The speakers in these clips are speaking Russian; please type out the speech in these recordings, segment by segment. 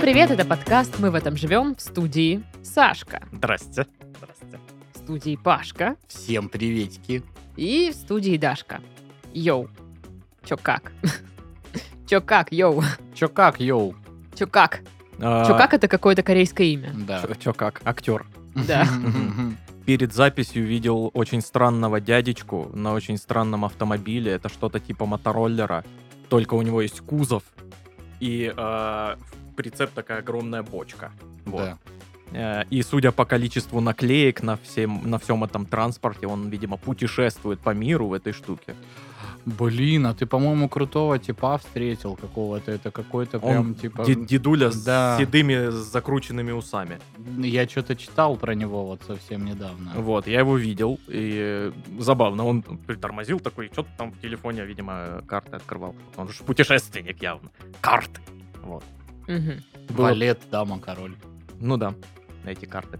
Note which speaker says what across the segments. Speaker 1: привет, это подкаст «Мы в этом живем» в студии Сашка,
Speaker 2: Здрасте. Здрасте.
Speaker 1: в студии Пашка
Speaker 3: Всем приветики.
Speaker 1: и в студии Дашка. Йоу. Чё как? Чё как, йоу?
Speaker 3: Чё как, А. йоу?
Speaker 1: Чё как? Чё как это какое-то корейское имя?
Speaker 3: Да.
Speaker 2: Че А, как? Актер.
Speaker 1: Да.
Speaker 3: Мгм.
Speaker 2: Перед записью видел очень странного дядечку на очень странном автомобиле. Это что-то типа мотороллера, только у него есть кузов и э, в прицеп такая огромная бочка. Вот.
Speaker 3: Да.
Speaker 2: Э, И судя по количеству наклеек на, всем, на всем этом транспорте, он, видимо, путешествует по миру в этой штуке.
Speaker 3: Блин, а ты, по-моему, крутого типа встретил какого-то. Это какой-то прям
Speaker 2: Он
Speaker 3: типа...
Speaker 2: де- дедуля
Speaker 3: да.
Speaker 2: с седыми закрученными усами.
Speaker 3: Я что-то читал про него вот совсем недавно.
Speaker 2: Вот, я его видел, и э, забавно, он притормозил такой, что-то там в телефоне, видимо, карты открывал. Он же путешественник явно. Карты. Вот.
Speaker 1: Мгм.
Speaker 2: Было-
Speaker 3: Балет, дама, король.
Speaker 2: Ну да, эти карты.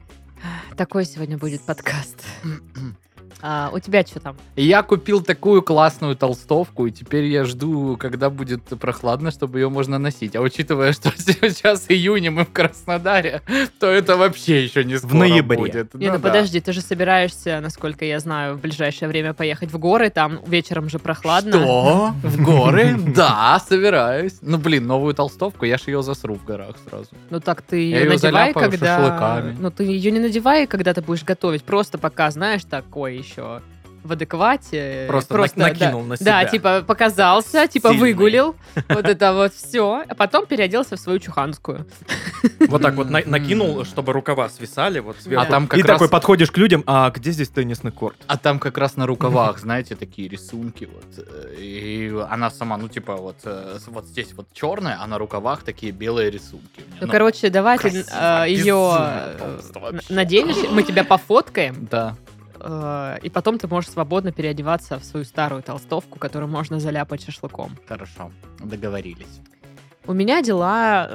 Speaker 1: Такой сегодня будет подкаст. А у тебя что там?
Speaker 3: И Я купил такую классную толстовку, и теперь я жду, когда будет прохладно, чтобы ее можно носить. А учитывая, что сейчас июнь, и мы в Краснодаре, то это вообще еще не скоро
Speaker 2: ноябре.
Speaker 3: будет.
Speaker 1: Не, ну
Speaker 3: да.
Speaker 1: подожди, ты же собираешься, насколько я знаю, в ближайшее время поехать в горы, там вечером же прохладно.
Speaker 3: Что? В горы? Да, собираюсь. Ну, блин, новую толстовку, я ж ее засру в горах сразу.
Speaker 1: Ну так ты
Speaker 3: Я
Speaker 1: ее
Speaker 3: её
Speaker 1: надевай,
Speaker 3: заляпаю
Speaker 1: когда...
Speaker 3: шашлыками.
Speaker 1: Ну ты ее не надевай, когда ты будешь готовить, просто пока, знаешь, такой еще в адеквате.
Speaker 2: Просто нак- накинул
Speaker 1: да,
Speaker 2: на себя.
Speaker 1: Да, типа показался, типа
Speaker 2: Сильный.
Speaker 1: выгулил, вот это вот все, а потом переоделся в свою чуханскую.
Speaker 2: Вот так вот на-
Speaker 3: М.
Speaker 2: накинул, чтобы рукава свисали вот сверху.
Speaker 3: А там как
Speaker 2: и
Speaker 3: раз-
Speaker 2: такой подходишь к людям, а где здесь теннисный корт?
Speaker 3: А там как раз на рукавах, знаете, такие рисунки вот. э, И она сама, ну, типа, вот, э, с- вот здесь вот черная, а на рукавах такие белые рисунки. у меня.
Speaker 1: Ну, короче, а, давай ты
Speaker 3: красиво, безумно
Speaker 1: ее
Speaker 3: просто вообще.
Speaker 1: э, наденешь, мы тебя пофоткаем,
Speaker 3: Да.
Speaker 1: э, и потом ты можешь свободно переодеваться в свою старую толстовку, которую можно заляпать шашлыком.
Speaker 3: Хорошо, договорились.
Speaker 1: У меня дела,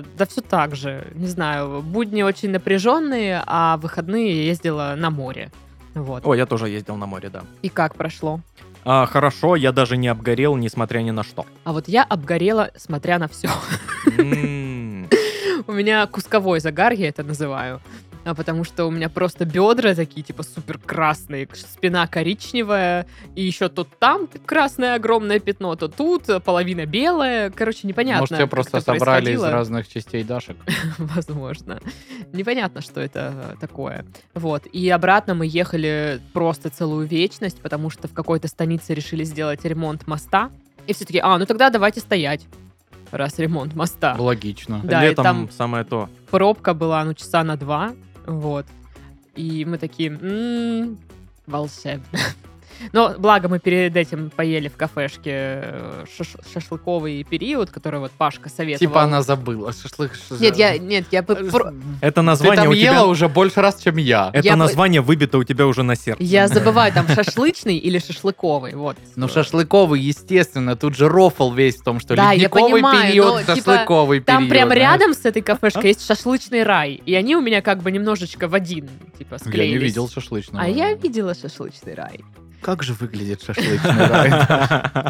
Speaker 1: э, да все так же, не знаю, будни очень напряженные, а выходные я ездила на море. Вот.
Speaker 2: О, я тоже ездил на море, да.
Speaker 1: И как прошло?
Speaker 2: А, хорошо, я даже не обгорел, несмотря ни на что.
Speaker 1: А вот я обгорела, смотря на все.
Speaker 2: М.
Speaker 1: у меня кусковой загар, я это называю. А потому что у меня просто бедра такие, типа, супер красные, к- спина коричневая, и еще то там красное огромное пятно, то тут э, половина белая. Короче, непонятно.
Speaker 3: Может, тебя
Speaker 1: как
Speaker 3: просто
Speaker 1: это
Speaker 3: собрали из
Speaker 1: происходило.
Speaker 3: разных частей Дашек.
Speaker 1: возможно. Непонятно, что это такое. Вот. И обратно мы ехали просто целую вечность, потому что в какой-то станице решили сделать ремонт моста. И все таки а, ну тогда давайте стоять, раз ремонт моста.
Speaker 3: Логично.
Speaker 1: Да, и
Speaker 2: Летом
Speaker 1: там-
Speaker 2: самое то.
Speaker 1: Пробка была, ну, часа на два, вот. И мы такие, «М, волшебно. Но, благо, мы перед этим поели в кафешке э, шаш- шашлыковый период, который вот Пашка советовал.
Speaker 3: Типа она забыла. Шашлык. ш-
Speaker 1: Нет, я, нет, я... бы про-
Speaker 2: Это
Speaker 3: э, Ты
Speaker 2: название
Speaker 3: там
Speaker 2: у тебя...
Speaker 3: ела уже больше раз, чем я.
Speaker 2: Это
Speaker 1: Я бы-
Speaker 2: название выбито у тебя уже на сердце.
Speaker 1: Я забываю, там шашлычный или шашлыковый, вот.
Speaker 3: Ну, шашлыковый, естественно, тут же рофл весь в том, что
Speaker 1: Да, я
Speaker 3: ледниковый
Speaker 1: понимаю, но,
Speaker 3: период,
Speaker 1: типа,
Speaker 3: шашлыковый период. А?
Speaker 1: Там прям
Speaker 3: знаешь.
Speaker 1: рядом с этой кафешкой есть шашлычный рай, и они у меня как бы немножечко в один, типа,
Speaker 3: Я
Speaker 1: склеились.
Speaker 3: не видел шашлычного.
Speaker 1: А я видела шашлычный рай.
Speaker 3: Как же выглядит шашлычный рай?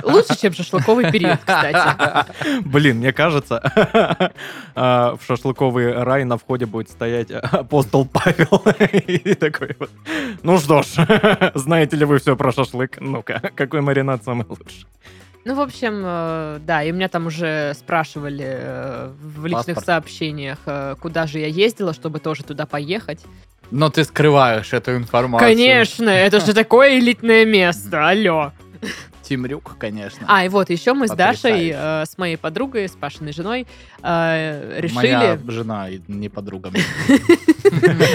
Speaker 1: Лучше, чем шашлыковый период, кстати.
Speaker 2: Блин, мне кажется, а, в шашлыковый рай на входе будет стоять апостол Павел. И такой вот. Ну что ж, знаете ли вы все про шашлык? Ну-ка, какой маринад самый лучший?
Speaker 1: Ну, в общем, э, да, и меня там уже спрашивали э, в личных
Speaker 3: Паспорт.
Speaker 1: сообщениях, э, куда же я ездила, чтобы тоже туда поехать.
Speaker 3: Но ты скрываешь эту информацию.
Speaker 1: Конечно, это же такое элитное место, алло.
Speaker 3: Темрюк, конечно.
Speaker 1: А, и вот еще мы с Дашей,
Speaker 3: Потрясающе.
Speaker 1: э, с моей подругой, с Пашиной женой, э,
Speaker 3: Моя
Speaker 1: решили...
Speaker 3: жена и не подруга.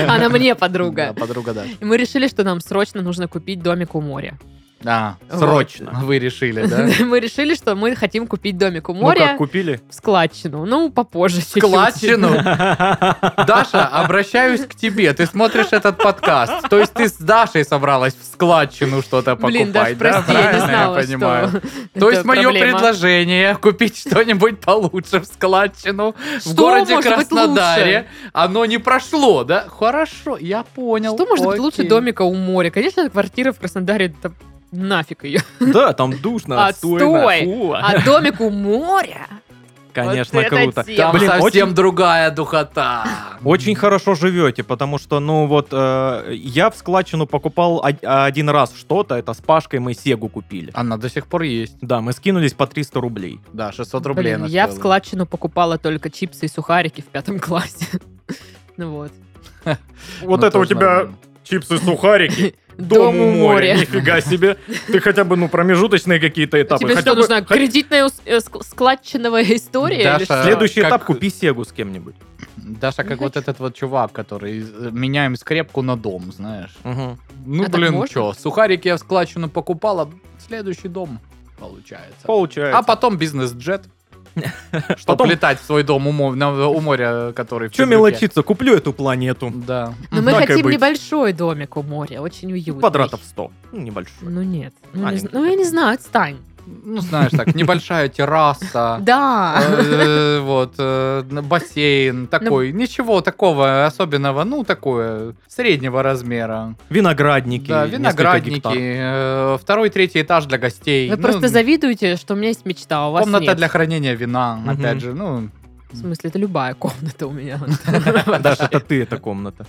Speaker 1: Она мне
Speaker 3: Да,
Speaker 1: подруга.
Speaker 3: подруга, да.
Speaker 1: И мы решили, что нам срочно нужно купить домик у моря.
Speaker 3: Да,
Speaker 1: Вот.
Speaker 3: А, срочно. Вы решили, да?
Speaker 1: Мы решили, что мы хотим купить домик у
Speaker 2: Ну как,
Speaker 1: моря
Speaker 2: купили?
Speaker 1: в складчину. Ну, попозже. чуть-чуть.
Speaker 3: Складчину. Даша, обращаюсь к тебе. Ты смотришь этот подкаст. То есть ты с Дашей собралась в складчину что-то
Speaker 1: Блин, Даш,
Speaker 3: покупать, да?
Speaker 1: прости, я не
Speaker 3: Правильно
Speaker 1: знала,
Speaker 3: я понимаю.
Speaker 1: что
Speaker 3: То
Speaker 1: это
Speaker 3: есть мое
Speaker 1: проблема.
Speaker 3: предложение купить что-нибудь получше в складчину в
Speaker 1: Что
Speaker 3: городе
Speaker 1: может быть
Speaker 3: Краснодаре, оно не прошло, да? Хорошо, я понял.
Speaker 1: Что может быть лучше
Speaker 3: окей.
Speaker 1: домика у моря? Конечно, квартира в Краснодаре, да нафиг ее.
Speaker 2: Да, там душно,
Speaker 1: Отстой.
Speaker 2: отстойно. Фу.
Speaker 1: А домик у моря?
Speaker 2: Конечно,
Speaker 1: это
Speaker 2: круто.
Speaker 1: тема.
Speaker 3: Там
Speaker 2: Блин,
Speaker 3: совсем
Speaker 2: очень-
Speaker 3: другая духота.
Speaker 2: Очень хорошо живете, потому что, ну вот, э, я в складчину покупал од- один раз что-то, это с Пашкой мы Сегу купили.
Speaker 3: Она до сих пор есть.
Speaker 2: Да, мы скинулись по 300 рублей.
Speaker 3: Да, 600 рублей
Speaker 1: Блин,
Speaker 3: она
Speaker 1: я в
Speaker 3: стоила.
Speaker 1: складчину покупала только чипсы и сухарики в пятом классе. Ну вот.
Speaker 2: Вот
Speaker 3: Ну,
Speaker 2: это у
Speaker 3: тоже
Speaker 2: тебя
Speaker 3: нормально.
Speaker 2: чипсы, сухарики,
Speaker 1: Дом
Speaker 2: дом у моря.
Speaker 1: моря.
Speaker 2: Нифига себе. Ты хотя бы, ну, промежуточные какие-то этапы.
Speaker 1: Тебе
Speaker 2: хотя
Speaker 1: что
Speaker 2: бы- а,
Speaker 1: нужна?
Speaker 2: хотя-
Speaker 1: Кредитная ус- э, ск- складчиновая история?
Speaker 3: Даша,
Speaker 1: или что?
Speaker 2: Следующий
Speaker 3: А, Как-
Speaker 2: этап, купи Сегу с кем-нибудь.
Speaker 3: Даша,
Speaker 1: Не
Speaker 3: как вот этот вот чувак, который э, меняем скрепку на дом, знаешь. Ну,
Speaker 1: А так
Speaker 3: блин,
Speaker 1: можно?
Speaker 3: что, сухарики я в складчину покупала, следующий дом получается.
Speaker 2: Получается.
Speaker 3: А потом бизнес-джет, чтобы
Speaker 2: Потом-
Speaker 3: летать в свой дом у мо- на- у моря, который... в
Speaker 2: Че
Speaker 3: Фейсбуке.
Speaker 2: мелочиться? Куплю эту планету.
Speaker 3: Да.
Speaker 1: Но Ну, мы
Speaker 2: Так и
Speaker 1: хотим
Speaker 2: быть.
Speaker 1: небольшой домик у моря, очень уютный.
Speaker 2: Квадратов 100. Ну, небольшой.
Speaker 1: Ну нет. Ну, не
Speaker 2: Маленький
Speaker 1: зн- ну я не знаю, отстань.
Speaker 3: Ну, знаешь, так, небольшая терраса.
Speaker 1: Да.
Speaker 3: э, Вот, э, на- бассейн такой,
Speaker 1: Ну,
Speaker 3: ничего такого особенного, ну, такое, среднего размера.
Speaker 2: Виноградники.
Speaker 3: Да,
Speaker 2: несколько
Speaker 3: виноградники,
Speaker 2: гектар.
Speaker 3: э, второй, третий этаж для гостей.
Speaker 1: Вы
Speaker 3: ну,
Speaker 1: просто завидуете, что у меня есть мечта, а у вас
Speaker 3: Комната
Speaker 1: нет.
Speaker 3: для хранения вина,
Speaker 2: Мгм.
Speaker 3: опять же, ну,
Speaker 1: В смысле, это любая комната у меня.
Speaker 2: Даша, это ты, эта комната.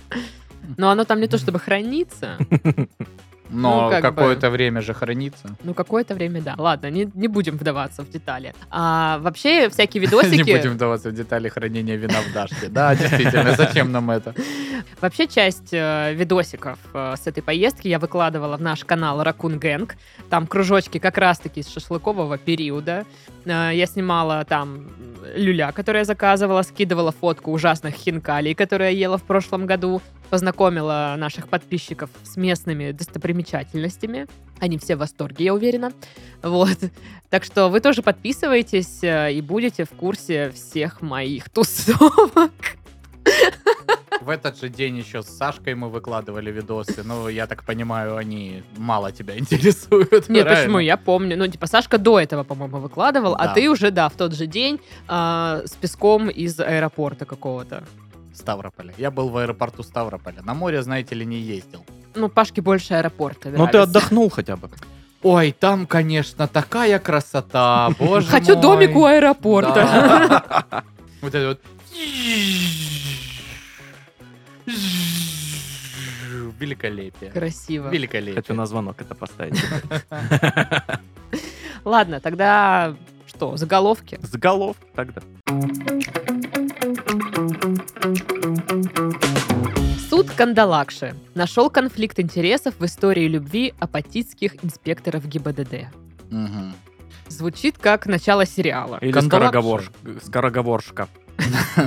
Speaker 1: Но оно там не то чтобы хранится.
Speaker 3: но
Speaker 1: Ну, как бы.
Speaker 3: какое-то время же хранится.
Speaker 1: Ну, какое-то время, да. Ладно, не, не будем вдаваться в детали. А вообще, всякие
Speaker 3: Не
Speaker 1: видосики...
Speaker 3: будем вдаваться в детали хранения вина в Дашке. Да, действительно, зачем нам это?
Speaker 1: Вообще, часть э, видосиков э, с этой поездки я выкладывала в наш канал Ракун Гэнг. Там кружочки как раз-таки из шашлыкового периода. Э, я снимала там люля, которую я заказывала, скидывала фотку ужасных хинкалей, которые я ела в прошлом году, познакомила наших подписчиков с местными достопримечательностями. Они все в восторге, я уверена. Вот. Так что вы тоже подписывайтесь э, и будете в курсе всех моих тусовок.
Speaker 3: В этот же день еще с Сашкой мы выкладывали видосы. Ну, я так понимаю, они мало тебя интересуют.
Speaker 1: Нет,
Speaker 3: правильно?
Speaker 1: почему? Я помню. Ну, типа, Сашка до этого, по-моему, выкладывал,
Speaker 3: Да.
Speaker 1: а ты уже, да, в тот же день а, с песком из аэропорта какого-то.
Speaker 3: Ставрополя. Я был в аэропорту Ставрополя. На море, знаете ли, не ездил.
Speaker 1: Ну, Пашке больше аэропорта
Speaker 2: Ну, ты
Speaker 1: нравится.
Speaker 2: отдохнул хотя бы.
Speaker 3: Ой, там, конечно, такая красота. Боже
Speaker 1: Хочу
Speaker 3: мой.
Speaker 1: домик у аэропорта.
Speaker 3: Да. Вот это вот. Великолепие.
Speaker 1: Красиво.
Speaker 2: Хочу
Speaker 3: Великолепие.
Speaker 2: на звонок это поставить.
Speaker 1: Ладно, тогда что, заголовки?
Speaker 2: С голов тогда.
Speaker 1: Суд Кандалакши нашел конфликт интересов в истории любви апатитских инспекторов ГИБДД.
Speaker 3: Мгм.
Speaker 1: Звучит как начало сериала.
Speaker 2: Или
Speaker 3: Кандалакша.
Speaker 2: скороговорш- скороговоршка.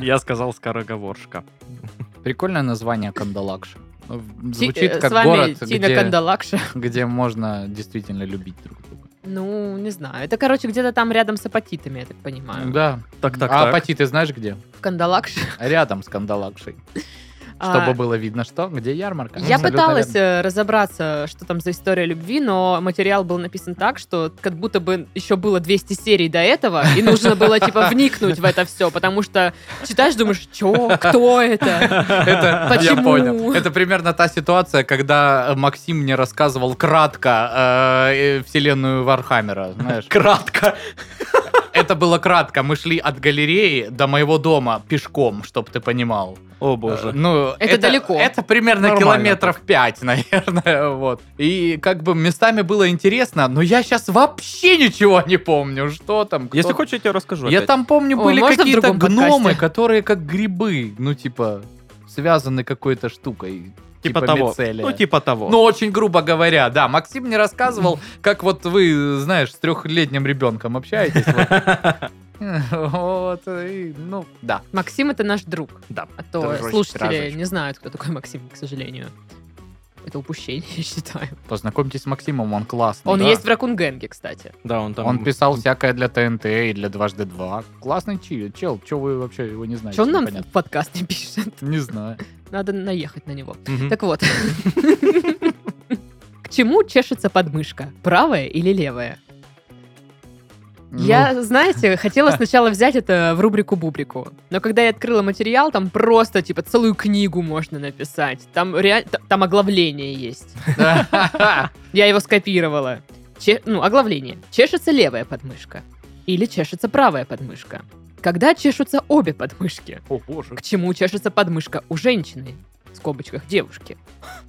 Speaker 2: Я сказал скороговоршка.
Speaker 3: Прикольное название Кандалакша. В-
Speaker 1: Ти- э,
Speaker 3: Звучит
Speaker 1: С
Speaker 3: как
Speaker 1: вами
Speaker 3: город,
Speaker 1: Тина
Speaker 3: где,
Speaker 1: Кандалакша.
Speaker 3: где можно действительно любить друг друга.
Speaker 1: Ну, не знаю. Это, короче, где-то там рядом с апатитами, я так понимаю.
Speaker 3: Да.
Speaker 2: Так, так,
Speaker 3: А
Speaker 2: так.
Speaker 3: апатиты знаешь где?
Speaker 1: В Кандалакше.
Speaker 3: Рядом с Кандалакшей.
Speaker 1: А,
Speaker 3: Чтобы было видно, что, где ярмарка.
Speaker 1: Я
Speaker 3: Абсолютно
Speaker 1: пыталась
Speaker 3: рядом.
Speaker 1: э, разобраться, что там за история любви, но материал был написан так, что как будто бы еще было 200 серий до этого, и нужно было, типа, вникнуть в это все, потому что читаешь, думаешь, чё, кто это?
Speaker 3: Это
Speaker 1: Почему?
Speaker 3: я понял. Это примерно та ситуация, когда э, Максим мне рассказывал кратко э, э, вселенную Вархаммера, знаешь.
Speaker 2: Кратко.
Speaker 3: Это было кратко. Мы шли от галереи до моего дома пешком, чтоб ты понимал.
Speaker 2: О
Speaker 3: Э,
Speaker 2: боже.
Speaker 3: Ну,
Speaker 1: Это далеко.
Speaker 3: Это примерно
Speaker 2: Нормально
Speaker 3: километров 5, наверное, вот. И как бы местами было интересно, но я сейчас вообще ничего не помню, что там. кто
Speaker 2: Если
Speaker 3: там.
Speaker 2: хочешь, я тебе расскажу.
Speaker 3: Я
Speaker 2: опять.
Speaker 3: там помню,
Speaker 1: О,
Speaker 3: были
Speaker 1: можно в
Speaker 3: какие-то
Speaker 1: другом
Speaker 3: гномы,
Speaker 1: подкасте?
Speaker 3: которые как грибы, ну типа связаны какой-то штукой.
Speaker 2: типа того.
Speaker 3: мицелия.
Speaker 2: Ну, типа того.
Speaker 3: Ну, очень грубо говоря, да. Максим мне рассказывал, как вот вы, знаешь, с трехлетним ребенком общаетесь. вот. Вот, и, ну, да.
Speaker 1: Максим — это наш друг.
Speaker 2: Да.
Speaker 1: А то
Speaker 3: Дружочек,
Speaker 1: слушатели
Speaker 3: разочек.
Speaker 1: не знают, кто такой Максим, к сожалению. Это упущение, я считаю.
Speaker 3: Познакомьтесь с Максимом, он классный.
Speaker 1: Он
Speaker 3: Ну да.
Speaker 1: есть в Ракунгенге, кстати.
Speaker 2: Да, он там.
Speaker 3: Он писал всякое для ТНТ и для дважды два. Классный чил, чел, чё вы вообще его не знаете?
Speaker 1: Че он нам в
Speaker 3: непонятно.
Speaker 1: подкаст не пишет?
Speaker 3: Не знаю.
Speaker 1: Надо наехать на него.
Speaker 2: Мгм.
Speaker 1: Так вот. К чему чешется подмышка? Правая или левая?
Speaker 3: Ну.
Speaker 1: Я, знаете, хотела сначала взять это в рубрику бубрику, но когда я открыла материал, там просто типа целую книгу можно написать. Там реаль- т- там оглавление есть.
Speaker 3: Ну,
Speaker 1: Я его скопировала. Че- Ну, оглавление. Чешется левая подмышка. или чешется правая подмышка? Когда чешутся обе подмышки?
Speaker 2: О, боже.
Speaker 1: К чему чешется подмышка у женщины? В скобочках девушки.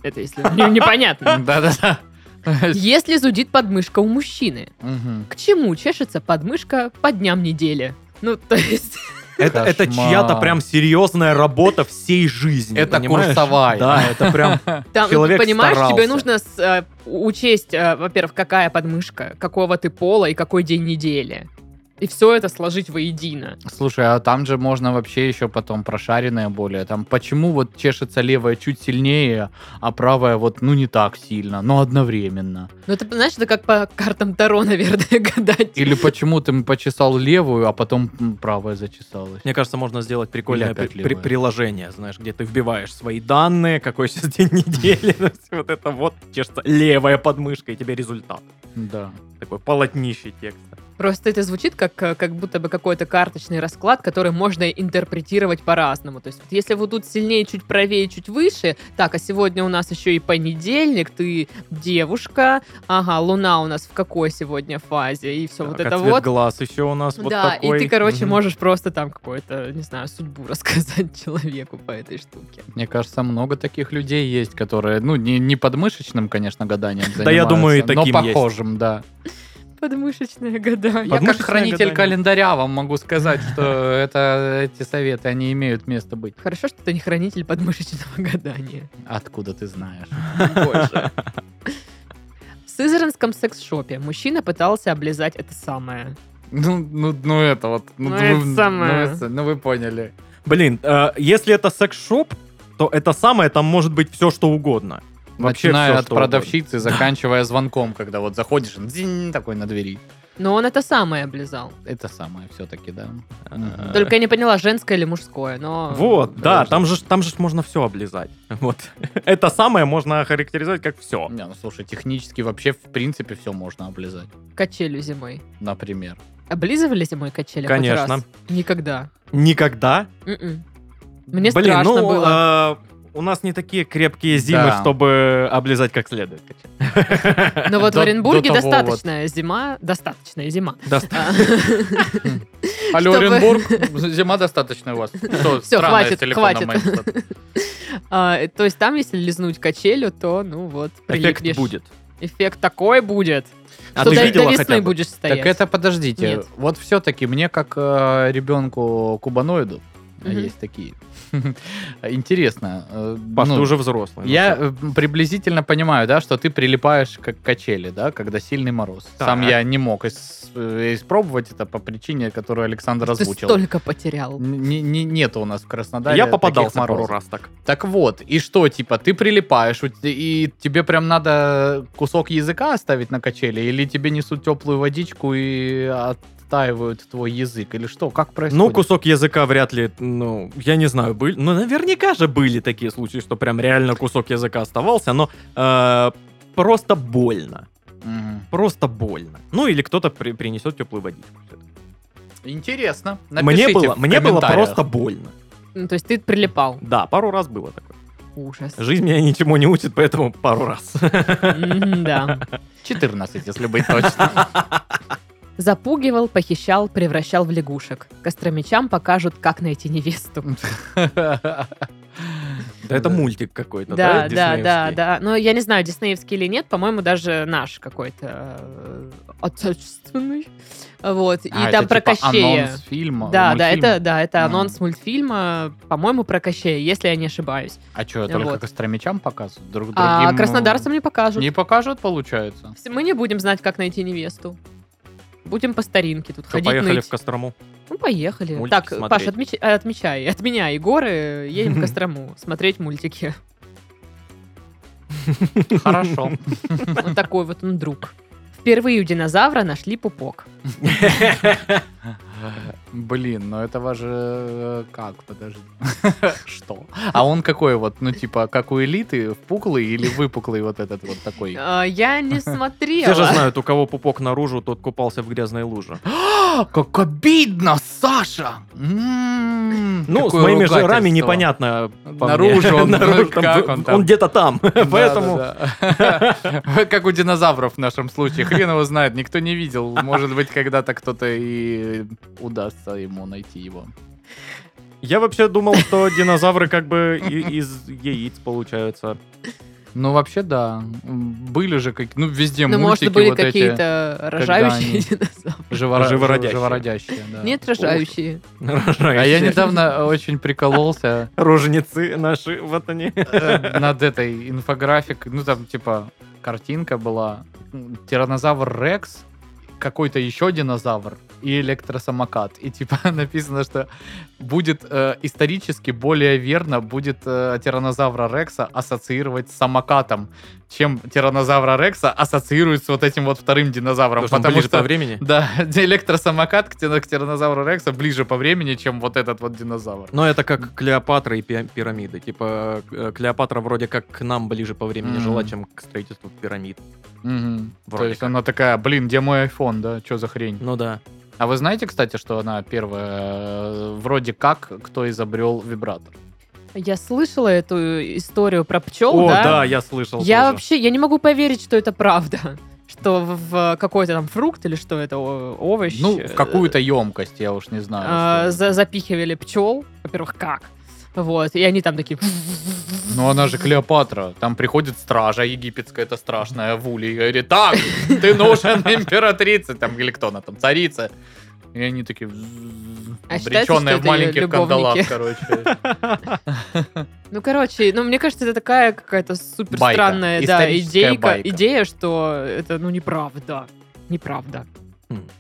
Speaker 1: Это если не- непонятно.
Speaker 3: Да-да-да.
Speaker 1: Если зудит подмышка у мужчины,
Speaker 3: Мгм.
Speaker 1: к чему чешется подмышка по дням недели? Ну, то есть,
Speaker 2: Это, это
Speaker 3: Кошмар.
Speaker 2: чья-то прям серьезная работа всей жизни.
Speaker 3: Это
Speaker 2: понимаешь?
Speaker 3: курсовая.
Speaker 2: Да, это прям...
Speaker 1: там, ну, ты
Speaker 2: Человек
Speaker 1: понимаешь, тебе
Speaker 2: старался.
Speaker 1: нужно с, э, учесть, э, во-первых, какая подмышка, какого ты пола и какой день недели. И все это сложить воедино.
Speaker 3: Слушай, а там же можно вообще еще потом прошаренное более. Там почему вот чешется левая чуть сильнее, а правая вот ну не так сильно, но одновременно.
Speaker 1: Ну, это, знаешь, это как по картам Таро, наверное, гадать.
Speaker 3: Или почему ты почесал левую, а потом м, правая зачесалась.
Speaker 2: Мне кажется, можно сделать прикольное
Speaker 3: опять
Speaker 2: при-
Speaker 3: левая.
Speaker 2: при- приложение, знаешь, где ты вбиваешь свои данные, какой сейчас день недели, ну, всё вот это вот, чешется левая подмышка, и тебе результат.
Speaker 3: Да.
Speaker 2: Такой полотнище текста.
Speaker 1: Просто это звучит как, э, как будто бы какой-то карточный расклад, который можно интерпретировать по-разному. То есть, вот если вот тут сильнее, чуть правее, чуть выше, так, а сегодня у нас еще и понедельник, ты девушка, ага, луна у нас в какой сегодня фазе, и все вот
Speaker 2: Так, а
Speaker 1: это
Speaker 2: цвет
Speaker 1: вот.
Speaker 2: глаз еще у нас вот
Speaker 1: да,
Speaker 2: такой.
Speaker 1: и ты, короче,
Speaker 2: Мгм.
Speaker 1: можешь просто там какую-то, не знаю, судьбу рассказать человеку по этой штуке.
Speaker 3: Мне кажется, много таких людей есть, которые, ну, не, не подмышечным, конечно, гаданием
Speaker 2: Да, я
Speaker 3: занимаются,
Speaker 2: думаю, и таким
Speaker 3: но
Speaker 2: есть.
Speaker 3: похожим, да.
Speaker 1: Подмышечное гадание.
Speaker 3: Я как
Speaker 2: Подмышечное
Speaker 3: хранитель
Speaker 2: гадание.
Speaker 3: календаря вам могу сказать, что это эти советы, они имеют место быть.
Speaker 1: Хорошо, что ты не хранитель подмышечного гадания.
Speaker 3: Откуда ты знаешь?
Speaker 1: Боже. В Сызранском секс-шопе мужчина пытался облизать это самое.
Speaker 3: Ну, ну, ну это вот.
Speaker 1: Ну, это самое.
Speaker 3: Ну, это- ну, вы поняли.
Speaker 2: Блин, э, если это секс-шоп, то это самое, там может быть все, что угодно. Вообще
Speaker 3: Начиная
Speaker 2: всё,
Speaker 3: от
Speaker 2: что
Speaker 3: продавщицы, заканчивая звонком, когда вот заходишь, он дзинь такой на двери.
Speaker 1: Но он это самое облизал.
Speaker 3: Это самое все-таки, да.
Speaker 2: Э,
Speaker 1: Только я не поняла, женское или мужское, но...
Speaker 2: Вот, да,
Speaker 3: Подожди.
Speaker 2: там же, там же можно все облизать. Вот. Это самое можно охарактеризовать как все.
Speaker 3: Не, ну слушай, технически вообще в принципе все можно облизать,
Speaker 1: Качелю зимой.
Speaker 3: например.
Speaker 1: Облизывали зимой качели хоть
Speaker 2: Конечно.
Speaker 1: раз? Никогда.
Speaker 2: Никогда.
Speaker 1: Мгм. Мне
Speaker 2: Блин,
Speaker 1: страшно
Speaker 2: ну,
Speaker 1: было.
Speaker 2: э, у нас не такие крепкие зимы,
Speaker 3: Да.
Speaker 2: чтобы облизать как следует. а,
Speaker 1: Но вот в
Speaker 3: до-
Speaker 1: Оренбурге
Speaker 3: до того вот.
Speaker 1: достаточная зима. Достаточная зима. А,
Speaker 2: Доста-
Speaker 3: Алло,
Speaker 1: Чтобы-
Speaker 3: Оренбург, зима достаточно у вас.
Speaker 1: Всё, хватит, хватит. А, То есть там, если лизнуть качелю, то, ну вот,
Speaker 2: Эффект
Speaker 1: прилипнешь.
Speaker 2: будет.
Speaker 1: Эффект такой будет,
Speaker 2: А
Speaker 1: что
Speaker 2: ты
Speaker 1: до
Speaker 2: видела
Speaker 1: до
Speaker 2: хотя
Speaker 1: весны
Speaker 2: бы?
Speaker 1: будешь стоять.
Speaker 3: Так это подождите.
Speaker 1: Нет.
Speaker 3: Вот все-таки мне, как э, ребенку кубаноиду, а
Speaker 1: Мгм.
Speaker 3: есть такие. Интересно. э,
Speaker 2: Паш,
Speaker 3: ну,
Speaker 2: ты уже взрослый. ну
Speaker 3: Я
Speaker 2: всё.
Speaker 3: э, приблизительно понимаю, да, что ты прилипаешь как качели, да, когда сильный мороз.
Speaker 2: Так.
Speaker 3: Сам я не мог ис- э, испробовать это по причине, которую Александр
Speaker 1: Ты
Speaker 3: озвучил.
Speaker 1: столько потерял.
Speaker 3: Н- не- не- нету у нас в Краснодаре.
Speaker 2: Я
Speaker 3: таких
Speaker 2: попадался пару
Speaker 3: морозов.
Speaker 2: раз так.
Speaker 3: Так вот, и что, типа, ты прилипаешь, у те- и тебе прям надо кусок языка оставить на качели, или тебе несут теплую водичку и оттаивают твой язык, или что? Как происходит?
Speaker 2: Ну, кусок языка вряд ли, ну, я не знаю, были. Ну, наверняка же были такие случаи, что прям реально кусок языка оставался, но э, просто больно.
Speaker 3: Мгм.
Speaker 2: Просто больно. Ну, или кто-то при- принесет теплую водичку.
Speaker 3: Интересно.
Speaker 2: мне
Speaker 3: Напишите
Speaker 2: было,
Speaker 3: в
Speaker 2: мне было
Speaker 3: комментариях.
Speaker 2: просто больно.
Speaker 1: Ну, то есть ты прилипал.
Speaker 2: Да, пару раз было такое.
Speaker 1: Ужас.
Speaker 2: Жизнь меня ничему не учит, поэтому пару раз.
Speaker 1: Мгм, Да.
Speaker 3: 14, если быть точным.
Speaker 1: Запугивал, похищал, превращал в лягушек. Костромичам покажут, как найти невесту.
Speaker 2: Да это мультик
Speaker 1: Да,
Speaker 2: какой-то, да?
Speaker 1: да, да,
Speaker 2: диснеевский?
Speaker 1: да. Но я не знаю, диснеевский или нет, по-моему, даже наш какой-то э, отечественный. Вот. И
Speaker 3: А,
Speaker 1: там
Speaker 3: это
Speaker 1: про
Speaker 3: типа
Speaker 1: Кощея.
Speaker 3: анонс фильма.
Speaker 1: Да, да,
Speaker 3: мультфильма. А.
Speaker 1: это, да, это
Speaker 3: Мгм.
Speaker 1: анонс мультфильма, по-моему, про Кощея, если я не ошибаюсь.
Speaker 3: А что, только
Speaker 1: Вот.
Speaker 3: костромичам показывают? Друг другим
Speaker 1: А
Speaker 3: э,
Speaker 1: краснодарцам не покажут.
Speaker 3: не покажут, получается?
Speaker 1: Вс- Мы не будем знать, как найти невесту. Будем по старинке тут
Speaker 2: Что,
Speaker 1: ходить.
Speaker 2: поехали
Speaker 1: ныть.
Speaker 2: в Кострому?
Speaker 1: Ну, поехали.
Speaker 2: Мультики
Speaker 1: так, Паш,
Speaker 2: смотреть.
Speaker 1: отмеч- э, отмечай. От меня, Егоры, едем в Кострому смотреть мультики.
Speaker 3: Хорошо.
Speaker 1: Вот такой вот он друг. Впервые у динозавра нашли пупок.
Speaker 3: Блин, ну этого же э, как, подожди. Что? А он какой вот, ну типа, как у элиты, впуклый или выпуклый вот этот вот такой?
Speaker 1: А, Я не
Speaker 2: Все же
Speaker 1: смотрела.
Speaker 2: знают, у кого пупок наружу, тот купался в грязной луже.
Speaker 3: А, Как обидно, Саша! М,
Speaker 2: Ну, с
Speaker 3: какое
Speaker 2: моими жирами
Speaker 3: ругательство.
Speaker 2: непонятно. по
Speaker 3: Наружу
Speaker 2: мне.
Speaker 3: он, ну,
Speaker 2: Наружу там,
Speaker 3: как
Speaker 2: вы-
Speaker 3: он там?
Speaker 2: Он где-то там, поэтому...
Speaker 3: Да-да-да. Как у динозавров в нашем случае. Хрен его знает, никто не видел. Может быть, когда-то кто-то и удастся ему найти его.
Speaker 2: Я вообще думал, что динозавры как бы и- из яиц получаются.
Speaker 3: Ну, вообще, да. М, Были же какие ну, везде
Speaker 1: Ну,
Speaker 3: мультики
Speaker 1: может, были
Speaker 3: вот эти
Speaker 1: какие-то рожающие
Speaker 3: они-
Speaker 1: динозавры.
Speaker 3: живора-
Speaker 2: Живородящие.
Speaker 3: живородящие, да.
Speaker 1: Нет, рожающие.
Speaker 3: А я недавно очень прикололся
Speaker 2: Роженицы наши, вот они.
Speaker 3: э, над этой инфографикой. Ну, там, типа, картинка была. м, Тиранозавр Рекс, какой-то еще динозавр и электросамокат. И, типа, написано, что будет э, исторически более верно будет э, тиранозавра Рекса ассоциировать с самокатом, чем тиранозавра Рекса ассоциирует с вот этим вот вторым динозавром. Потому что
Speaker 2: времени.
Speaker 3: Да, электросамокат к тино- к тиранозавру Рекса ближе по времени, чем вот этот вот динозавр.
Speaker 2: Но это как Клеопатра и пи- пирамиды. Типа, э, Клеопатра вроде как к нам ближе по времени
Speaker 3: Мгм.
Speaker 2: жила, чем к строительству пирамид.
Speaker 3: Мгм. То
Speaker 2: Вроде
Speaker 3: есть
Speaker 2: как.
Speaker 3: она такая, блин, где мой iPhone, да, что за хрень?
Speaker 2: Ну да.
Speaker 3: А вы знаете, кстати, что она первая, э, вроде как, кто изобрел вибратор? Ну,
Speaker 1: Я слышала эту историю про пчел,
Speaker 2: О,
Speaker 1: Ну да?
Speaker 2: да, я слышал.
Speaker 1: Я
Speaker 2: тоже.
Speaker 1: вообще, я не могу поверить, что это правда. Что в- в какой-то там фрукт или что это, о- овощ.
Speaker 3: Ну,
Speaker 1: э,
Speaker 3: в какую-то емкость, я уж не
Speaker 1: э,
Speaker 3: знаю. А, что-
Speaker 1: за- запихивали пчел. Во-первых, как? Вот, и они там такие...
Speaker 3: Ну, она же Клеопатра. Там приходит стража египетская, это страшная, в улей, и говорит, так, ты нужен императрице, там, или кто она там, царица. И они такие,
Speaker 1: А считается, что
Speaker 3: обреченные
Speaker 1: это
Speaker 3: в
Speaker 1: её
Speaker 3: маленьких кандалах,
Speaker 1: любовники?
Speaker 3: короче.
Speaker 1: Ну, короче, ну, мне кажется, это такая какая-то супер
Speaker 3: Байка.
Speaker 1: странная да,
Speaker 3: Историческая
Speaker 1: идейка,
Speaker 3: байка.
Speaker 1: идея, что это, ну, неправда. Неправда.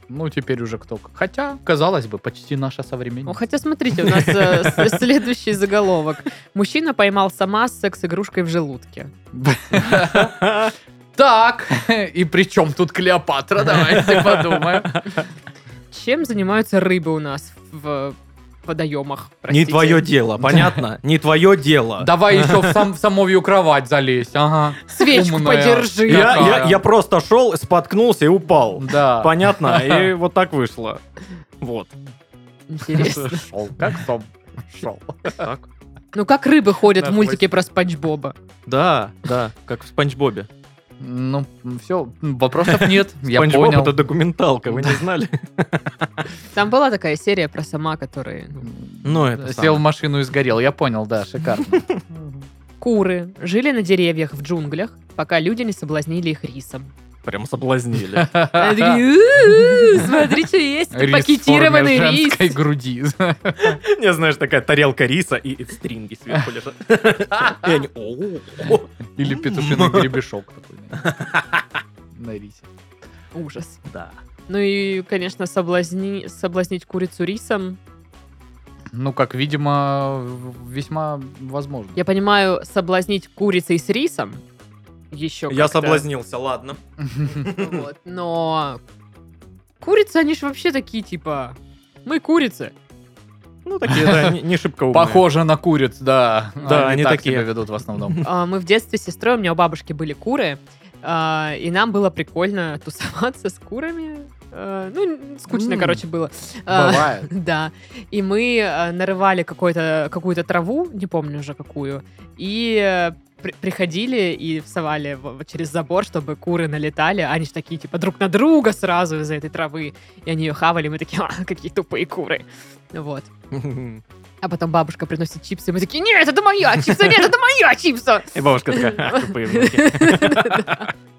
Speaker 3: Ну, теперь уже кто. к- Хотя, казалось бы, почти наша
Speaker 1: Ну,
Speaker 3: современница.
Speaker 1: хотя, смотрите, у нас э, с- следующий заголовок. Мужчина поймал сама с секс-игрушкой в желудке.
Speaker 3: Так, и при чем тут Клеопатра? Давайте подумаем.
Speaker 1: Чем занимаются рыбы у нас в водоемах?
Speaker 2: Не
Speaker 1: простите?
Speaker 2: твое дело, понятно? Не твое дело.
Speaker 3: Давай еще в, сам, в самовью кровать залезь, ага.
Speaker 1: Свечку
Speaker 3: Умная.
Speaker 1: подержи.
Speaker 3: Я-
Speaker 2: Я, я-
Speaker 3: такая.
Speaker 2: я просто шел, споткнулся и упал.
Speaker 3: Да.
Speaker 2: Понятно? И вот так вышло. Вот.
Speaker 1: Интересно.
Speaker 3: Шел, как сам шел.
Speaker 2: Так.
Speaker 1: Ну как рыбы ходят в
Speaker 3: Наш
Speaker 1: мультике про Спанч Боба?
Speaker 2: Да, да, как в Спанч Бобе.
Speaker 3: Ну, все, вопросов нет, я
Speaker 2: Спанч Боб это
Speaker 3: понял.
Speaker 2: документалка, вы не знали?
Speaker 1: Там была такая серия про сама, которые... ну,
Speaker 2: Ну, это
Speaker 3: Сел в
Speaker 2: самое.
Speaker 3: машину и сгорел, я понял, да, шикарно.
Speaker 1: Куры жили на деревьях в джунглях, пока люди не соблазнили их рисом.
Speaker 2: Прям соблазнили.
Speaker 1: Они такие, «У-у-у, смотри, что есть,
Speaker 3: Рис в
Speaker 1: пакетированный
Speaker 3: форме
Speaker 1: рис.
Speaker 3: женской груди.
Speaker 2: Не знаешь, такая тарелка риса и и стринги сверху лежат. И они, «О, о,
Speaker 3: Или петушиный гребешок такой. На рисе.
Speaker 1: Ужас.
Speaker 2: да».
Speaker 1: Ну и, конечно, соблазни... соблазнить курицу рисом.
Speaker 3: Ну, как, видимо, в- весьма возможно.
Speaker 1: Я понимаю, соблазнить курицей с рисом еще
Speaker 2: Я
Speaker 1: как-то.
Speaker 2: соблазнился, ладно.
Speaker 1: Вот, но курицы, они же вообще такие, типа, мы курицы.
Speaker 2: Ну, такие, да, не- не шибко умные.
Speaker 3: Похоже на куриц, да.
Speaker 2: Да, они
Speaker 3: так
Speaker 2: такие.
Speaker 3: себя ведут в основном.
Speaker 1: А, Мы в детстве с сестрой, у меня у бабушки были куры, а, и нам было прикольно тусоваться с курами. А, Ну, скучно,
Speaker 3: М.
Speaker 1: короче, было. А,
Speaker 3: Бывает.
Speaker 1: Да. И мы э, нарывали какой-то, какую-то траву, не помню уже какую, и э, при- приходили и всовали в- в- через забор, чтобы куры налетали. Они же такие, типа, друг на друга сразу из-за этой травы. И они ее хавали, и мы такие, «А, какие тупые куры. Вот.
Speaker 2: И
Speaker 1: А потом бабушка приносит чипсы, и мы такие, нет, это моя чипса, нет, это а моя чипса.
Speaker 2: бабушка такая, «А, «Ах, тупые внуки».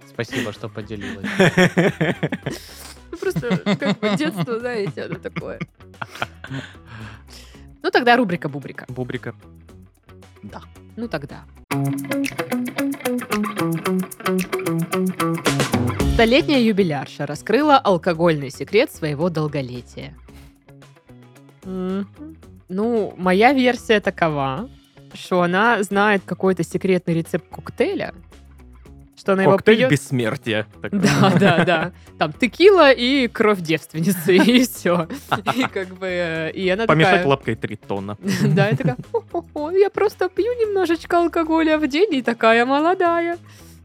Speaker 3: Спасибо, что поделилась.
Speaker 1: Ну, Просто как бы детство, знаете, оно такое. Ну, тогда рубрика-бубрика.
Speaker 2: Бубрика.
Speaker 1: Ну, тогда. Столетняя юбилярша раскрыла алкогольный секрет своего долголетия. Мгм. Ну, моя версия такова, что она знает какой-то секретный рецепт коктейля, что она его
Speaker 2: Коктейль
Speaker 1: пьет.
Speaker 2: бессмертия. Так, э,
Speaker 1: Да, да, да. Там текила и кровь девственницы, и все. И как бы, э, и она
Speaker 2: Помешать
Speaker 1: такая...
Speaker 2: лапкой три тонна.
Speaker 1: Да, и такая, «Хо-хо-хо, я просто пью немножечко алкоголя в день, и такая молодая.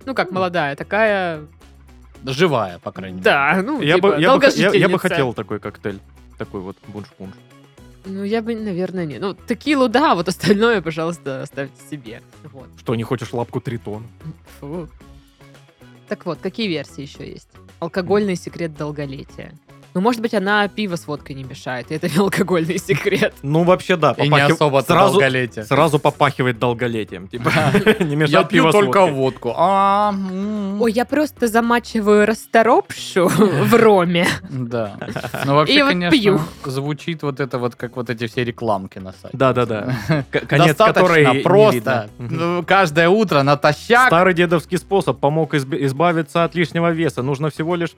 Speaker 1: Ну как молодая, такая...
Speaker 3: Живая, по крайней мере.
Speaker 1: Да, ну
Speaker 2: Я бы-
Speaker 1: типа
Speaker 2: я бы х- я- я бы
Speaker 1: долгожительница.
Speaker 2: хотел такой коктейль. Такой вот бунш-пунш.
Speaker 1: Ну я бы, наверное, не. Ну текилу, да, вот остальное, пожалуйста, оставьте себе. Вот.
Speaker 2: Что, не хочешь лапку три тонна?
Speaker 1: Фу. Так вот, какие версии еще есть? Алкогольный секрет долголетия. Ну, может быть, она пиво с водкой не мешает, и это не алкогольный секрет.
Speaker 2: Ну, вообще, да.
Speaker 3: И не
Speaker 2: попахи-
Speaker 3: особо
Speaker 2: сразу,
Speaker 3: долголетие.
Speaker 2: сразу попахивает долголетием. Типа, не
Speaker 3: Я
Speaker 2: мешать
Speaker 3: пью
Speaker 2: пиво с
Speaker 3: только
Speaker 2: водкой.
Speaker 3: водку. А, м,
Speaker 1: Ой, я просто замачиваю расторопшу в роме.
Speaker 3: Да. Ну, вообще,
Speaker 1: И вот
Speaker 3: конечно,
Speaker 1: пью.
Speaker 3: звучит вот это вот, как вот эти все рекламки на сайте.
Speaker 2: Да-да-да. К- Конец
Speaker 3: Достаточно
Speaker 2: которой не
Speaker 3: просто.
Speaker 2: видно. Мгм.
Speaker 3: Ну, Каждое утро натощак.
Speaker 2: Старый дедовский способ помог изб- избавиться от лишнего веса. Нужно всего лишь...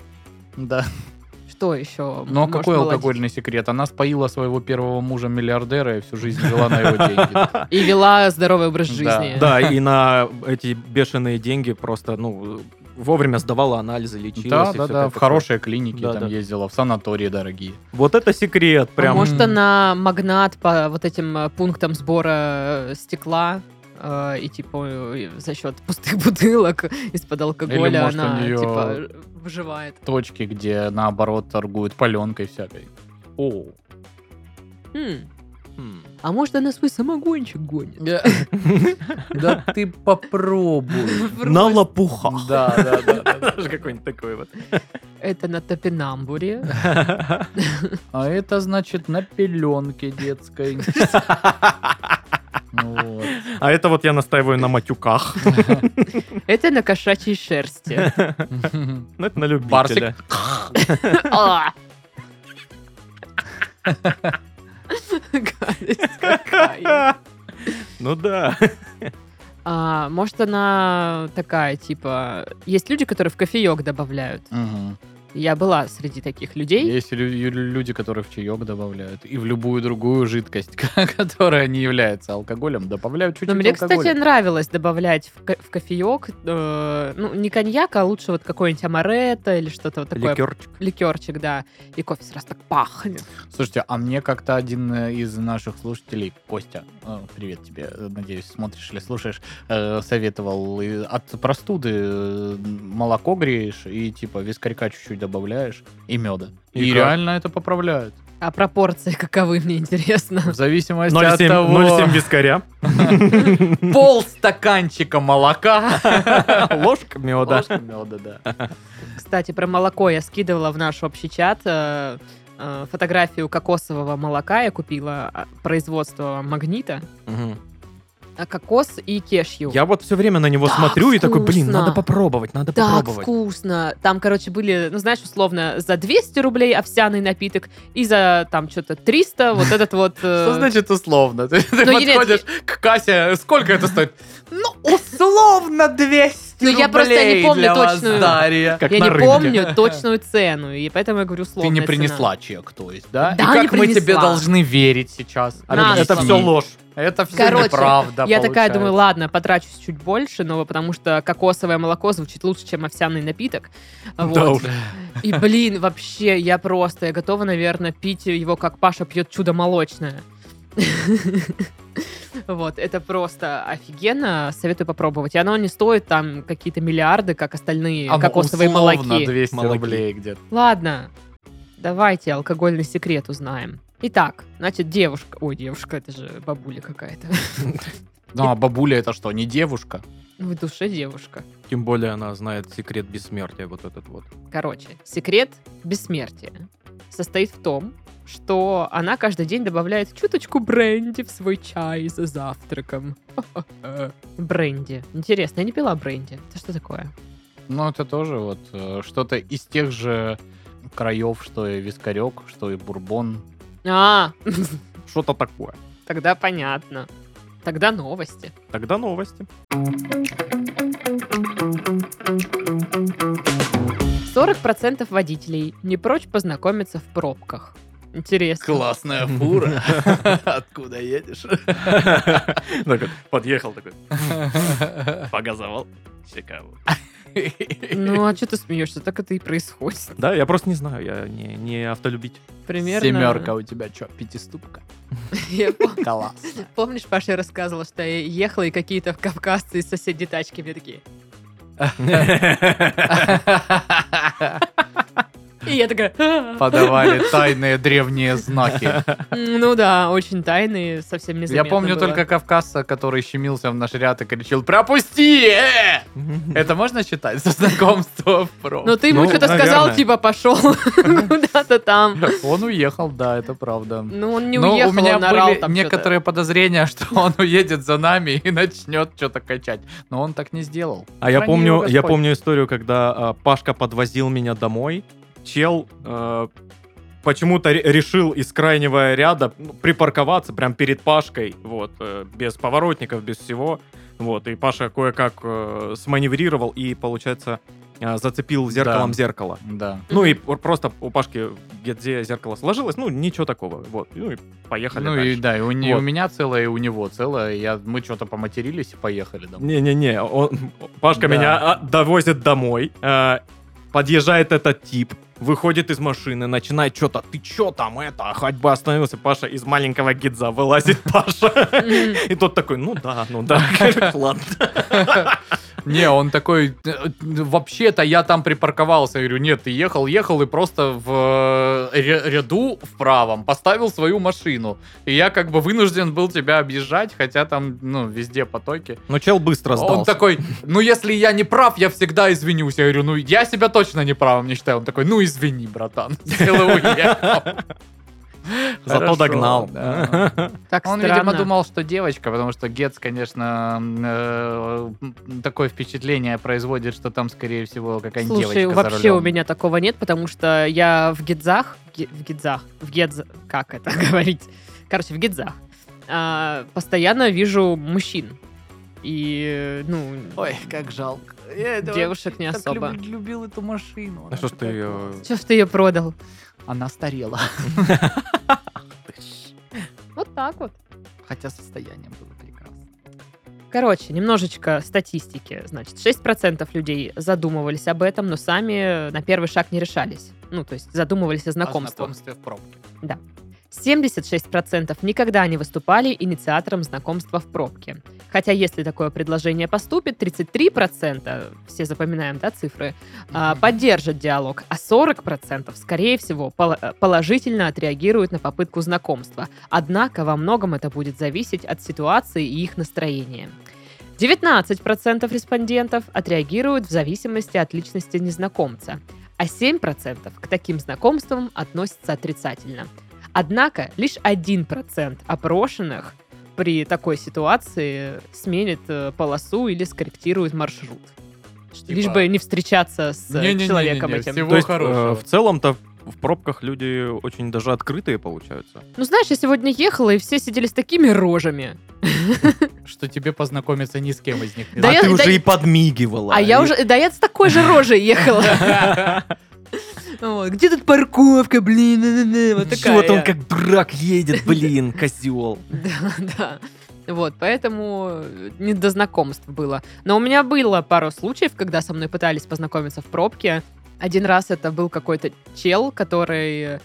Speaker 3: Да.
Speaker 1: Что еще?
Speaker 3: Ну а
Speaker 1: может,
Speaker 3: какой
Speaker 1: молодец?
Speaker 3: алкогольный секрет? Она споила своего первого мужа миллиардера и всю жизнь жила на его деньги.
Speaker 1: И вела здоровый образ жизни. А
Speaker 2: Да, и на эти бешеные деньги просто, ну, вовремя сдавала анализы, лечилась. и
Speaker 3: Да,
Speaker 2: всё
Speaker 3: да, да.
Speaker 2: такое.
Speaker 3: В хорошие клиники
Speaker 2: Да,
Speaker 3: там
Speaker 2: да.
Speaker 3: ездила, в санатории дорогие.
Speaker 2: Вот это секрет
Speaker 1: А
Speaker 2: прям.
Speaker 1: Может, она магнат по вот этим э, пунктам сбора э, стекла э, и типа э, за счет пустых бутылок из-под
Speaker 3: Или,
Speaker 1: алкоголя
Speaker 3: может, у
Speaker 1: она
Speaker 3: неё-
Speaker 1: типа выживает.
Speaker 3: Точки, где наоборот торгуют паленкой всякой.
Speaker 2: О. Хм.
Speaker 1: М,
Speaker 2: М.
Speaker 1: А может, она свой самогончик гонит?
Speaker 3: Да ты попробуй.
Speaker 2: На лопухах.
Speaker 3: Да, да, да, да.
Speaker 2: Даже какой-нибудь такой вот.
Speaker 1: Это на топинамбуре.
Speaker 3: А это значит на пеленке детской. Вот.
Speaker 2: А это вот я настаиваю на матюках.
Speaker 1: Это на кошачьей шерсти.
Speaker 2: Ну, это на любителя.
Speaker 1: А! Гадость какая.
Speaker 2: Ну да.
Speaker 1: А, может, она такая, типа... Есть люди, которые в кофеек добавляют.
Speaker 3: Мгм.
Speaker 1: Я была среди таких людей.
Speaker 3: Есть лю- лю- люди, которые в чаек добавляют и в любую другую жидкость, которая не является алкоголем, добавляют чуть-чуть
Speaker 1: Но мне, кстати,
Speaker 3: алкоголя.
Speaker 1: нравилось добавлять в, ко- в кофеек, э, ну, не коньяк, а лучше вот какой-нибудь амаретто или что-то вот такое.
Speaker 2: Ликерчик.
Speaker 1: Ликерчик, да. И кофе сразу так пахнет.
Speaker 3: Слушайте, а мне как-то один э, из наших слушателей, Костя, э, привет тебе, э, надеюсь, смотришь или слушаешь, э, советовал э, от простуды э, молоко греешь и типа вискарька чуть-чуть добавляешь и меда.
Speaker 2: И
Speaker 3: И,
Speaker 2: как?
Speaker 3: реально это поправляют.
Speaker 1: А пропорции каковы, мне интересно.
Speaker 3: В зависимости от
Speaker 2: 0,7
Speaker 3: того...
Speaker 2: 0,7 вискаря.
Speaker 3: Пол стаканчика молока.
Speaker 2: Ложка меда.
Speaker 3: Ложка меда, да.
Speaker 1: Кстати, про молоко я скидывала в наш общий чат э, э, фотографию кокосового молока. Я купила а, производство «Магнита».
Speaker 2: Мгм.
Speaker 1: А кокос и кешью.
Speaker 2: Я вот все время на него
Speaker 1: Так
Speaker 2: смотрю и такой, блин,
Speaker 1: вкусно.
Speaker 2: надо попробовать, надо
Speaker 1: Так
Speaker 2: попробовать.
Speaker 1: вкусно. Там, короче, были, ну, знаешь, условно, за 200 рублей овсяный напиток и за, там, что-то 300 вот этот вот... э,
Speaker 3: Что значит условно? Ты, ты
Speaker 1: Ну, Елена,
Speaker 3: подходишь к кассе, сколько это стоит? Ну, условно 200
Speaker 1: Ну, я просто не
Speaker 3: рублей
Speaker 1: помню
Speaker 3: для вас,
Speaker 1: точную-
Speaker 3: Дарья.
Speaker 2: Как
Speaker 1: Я
Speaker 2: на
Speaker 1: не
Speaker 2: рынке.
Speaker 1: помню точную цену, и поэтому я говорю
Speaker 3: Ты
Speaker 1: условно.
Speaker 3: не принесла чек, то есть, да?
Speaker 1: Да,
Speaker 3: И
Speaker 1: не
Speaker 3: как мы тебе
Speaker 1: принесла.
Speaker 3: должны верить сейчас?
Speaker 2: А
Speaker 1: Надо.
Speaker 2: Это все ложь.
Speaker 3: Это все
Speaker 1: Короче,
Speaker 3: неправда
Speaker 1: Я такая
Speaker 3: получается.
Speaker 1: думаю, ладно, потрачусь чуть больше, но потому что кокосовое молоко звучит лучше, чем овсяный напиток.
Speaker 2: Да
Speaker 1: Вот. э,
Speaker 2: уж.
Speaker 1: И, блин, вообще, я просто, я готова, наверное, пить его, как Паша пьет чудо молочное. Вот, это просто офигенно. Советую попробовать. И оно не стоит там какие-то миллиарды, как остальные
Speaker 3: А, ну,
Speaker 1: кокосовые
Speaker 3: условно
Speaker 1: молоки.
Speaker 3: 200
Speaker 2: Молоки.
Speaker 3: рублей где-то.
Speaker 1: Ладно, давайте алкогольный секрет узнаем. Итак, значит, девушка... Ой, девушка, это же бабуля какая-то.
Speaker 3: Ну, а бабуля это что, не девушка?
Speaker 1: В душе девушка.
Speaker 2: Тем более она знает секрет бессмертия, вот этот вот.
Speaker 1: Короче, секрет бессмертия состоит в том, что она каждый день добавляет чуточку бренди в свой чай за завтраком. Бренди. Интересно, я не пила бренди. Это что такое?
Speaker 3: Ну, это тоже вот э, что-то из тех же краев, что и вискарек, что и бурбон.
Speaker 1: А,
Speaker 2: Что-то такое.
Speaker 1: тогда понятно. Тогда новости.
Speaker 2: Тогда новости.
Speaker 1: 40% водителей не прочь познакомиться в пробках. Интересно.
Speaker 3: Классная фура. Откуда едешь? Ну,
Speaker 2: Так вот, Подъехал такой, погазовал. Чикаго.
Speaker 1: Ну, а что ты смеешься? Так это и происходит.
Speaker 2: Да, я просто не знаю, я не, не автолюбитель.
Speaker 1: Примерно...
Speaker 3: Семерка у тебя, что, пятиступка?
Speaker 1: Я пом-
Speaker 3: Класс.
Speaker 1: Помнишь, Паша я рассказывала, что я ехала, и какие-то кавказцы из соседней тачки мне такие... И я такая... «А,
Speaker 3: Подавали тайные древние знаки.
Speaker 1: м, Ну да, очень тайные, совсем не
Speaker 3: Я помню только Кавказа, который щемился в наш ряд и кричал «Пропусти!» э!» Это можно считать за знакомство в про?
Speaker 1: Ну ты ему
Speaker 2: Ну,
Speaker 1: что-то сказал,
Speaker 2: наверное.
Speaker 1: типа пошел куда-то там.
Speaker 3: Он уехал, да, это правда.
Speaker 1: Ну он Ну, не
Speaker 3: Но
Speaker 1: уехал,
Speaker 3: у меня
Speaker 1: он орал
Speaker 3: были
Speaker 1: там что-то.
Speaker 3: некоторые подозрения, что он уедет за нами и начнет что-то качать. Но он так не сделал.
Speaker 2: А я
Speaker 3: Храни его
Speaker 2: помню, я
Speaker 3: Господь.
Speaker 2: помню историю, когда а, Пашка подвозил меня домой. Чел э, почему-то ре- решил из крайнего ряда ну, припарковаться прям перед Пашкой, вот, э, без поворотников, без всего. Вот, и Паша кое-как э, сманеврировал и, получается, э, зацепил зеркалом
Speaker 3: Да.
Speaker 2: зеркало.
Speaker 3: Да.
Speaker 2: Ну и пр- просто у Пашки где зеркало сложилось, ну ничего такого, вот, ну и поехали
Speaker 3: Ну и
Speaker 2: дальше.
Speaker 3: да, и у, не-
Speaker 2: Вот.
Speaker 3: у меня целое, и у него целое. Я, мы что-то поматерились и поехали домой.
Speaker 2: Не-не-не, он- Пашка
Speaker 3: Да.
Speaker 2: меня а, довозит домой, э, подъезжает этот тип, выходит из машины, начинает что-то, ты чё там это, А ходьба остановился, Паша из маленького гидза вылазит Паша.
Speaker 1: Мгм.
Speaker 2: И тот такой, ну да, ну да, ладно.
Speaker 3: Не, он такой, «Э, вообще-то я там припарковался. Я говорю, нет, ты ехал, ехал и просто в э, ря- ряду в правом поставил свою машину. И я как бы вынужден был тебя объезжать, хотя там, ну, везде потоки.
Speaker 2: Но чел быстро
Speaker 3: Он такой, ну, если я не прав, я всегда извинюсь. Я говорю, ну, я себя точно не правым не считаю. Он такой, ну, извини, братан. Сел и уехал.
Speaker 2: Зато
Speaker 3: Хорошо,
Speaker 2: догнал.
Speaker 3: да.
Speaker 1: Так
Speaker 3: Он,
Speaker 1: странно.
Speaker 3: видимо, думал, что девочка, потому что Гец, конечно, э, м, такое впечатление производит, что там, скорее всего, какая-нибудь
Speaker 1: Слушай,
Speaker 3: девочка за
Speaker 1: вообще
Speaker 3: рулем.
Speaker 1: у меня такого нет, потому что я в гидзах, ги- в гидзах, в гидз, как это говорить? Короче, в гидзах а, постоянно вижу мужчин. И, ну,
Speaker 3: Ой, как жалко. Я этого
Speaker 1: девушек не
Speaker 3: так
Speaker 1: особо.
Speaker 3: люб- любил эту машину.
Speaker 2: А
Speaker 3: она
Speaker 2: что ж ты
Speaker 3: такая
Speaker 2: её-
Speaker 3: классная.
Speaker 1: Че ж ты ее продал?
Speaker 3: Она старела.
Speaker 1: Вот так вот.
Speaker 3: Хотя состояние было прекрасно.
Speaker 1: Короче, немножечко статистики. Значит, 6% людей задумывались об этом, но сами на первый шаг не решались. Ну, то есть задумывались о
Speaker 3: О
Speaker 1: знакомствах.
Speaker 3: знакомстве в пробке.
Speaker 1: 76% никогда не выступали инициатором знакомства в пробке. Хотя если такое предложение поступит, 33%, все запоминаем, да, цифры, а,
Speaker 3: Мгм.
Speaker 1: поддержат диалог, а 40%, скорее всего, пол- положительно отреагируют на попытку знакомства. Однако во многом это будет зависеть от ситуации и их настроения. 19% респондентов отреагируют в зависимости от личности незнакомца, а 7% к таким знакомствам относятся отрицательно. Однако лишь 1% опрошенных при такой ситуации сменит э, полосу или скорректирует маршрут. Лишь бы не встречаться с э,
Speaker 3: Типа Не-не-не-не-не,
Speaker 1: человеком этим.
Speaker 3: всего
Speaker 2: То есть, э,
Speaker 3: хорошего.
Speaker 2: в целом-то в пробках люди очень даже открытые получаются.
Speaker 1: Ну знаешь, я сегодня ехала, и все сидели с такими рожами.
Speaker 3: Что тебе познакомиться ни с кем из них не
Speaker 1: Да
Speaker 2: а
Speaker 1: я-
Speaker 2: ты
Speaker 1: да-
Speaker 2: уже и подмигивала.
Speaker 1: А я уже, да я с такой же рожей ехала. Вот, Где тут парковка, блин? э-э-э,
Speaker 3: Ну,
Speaker 1: Вот такая.
Speaker 2: Чего-то он как дурак едет, блин, козел.
Speaker 1: Да, да. Вот, поэтому э, не до знакомств было. Но у меня было пару случаев, когда со мной пытались познакомиться в пробке. Один раз это был какой-то чел, который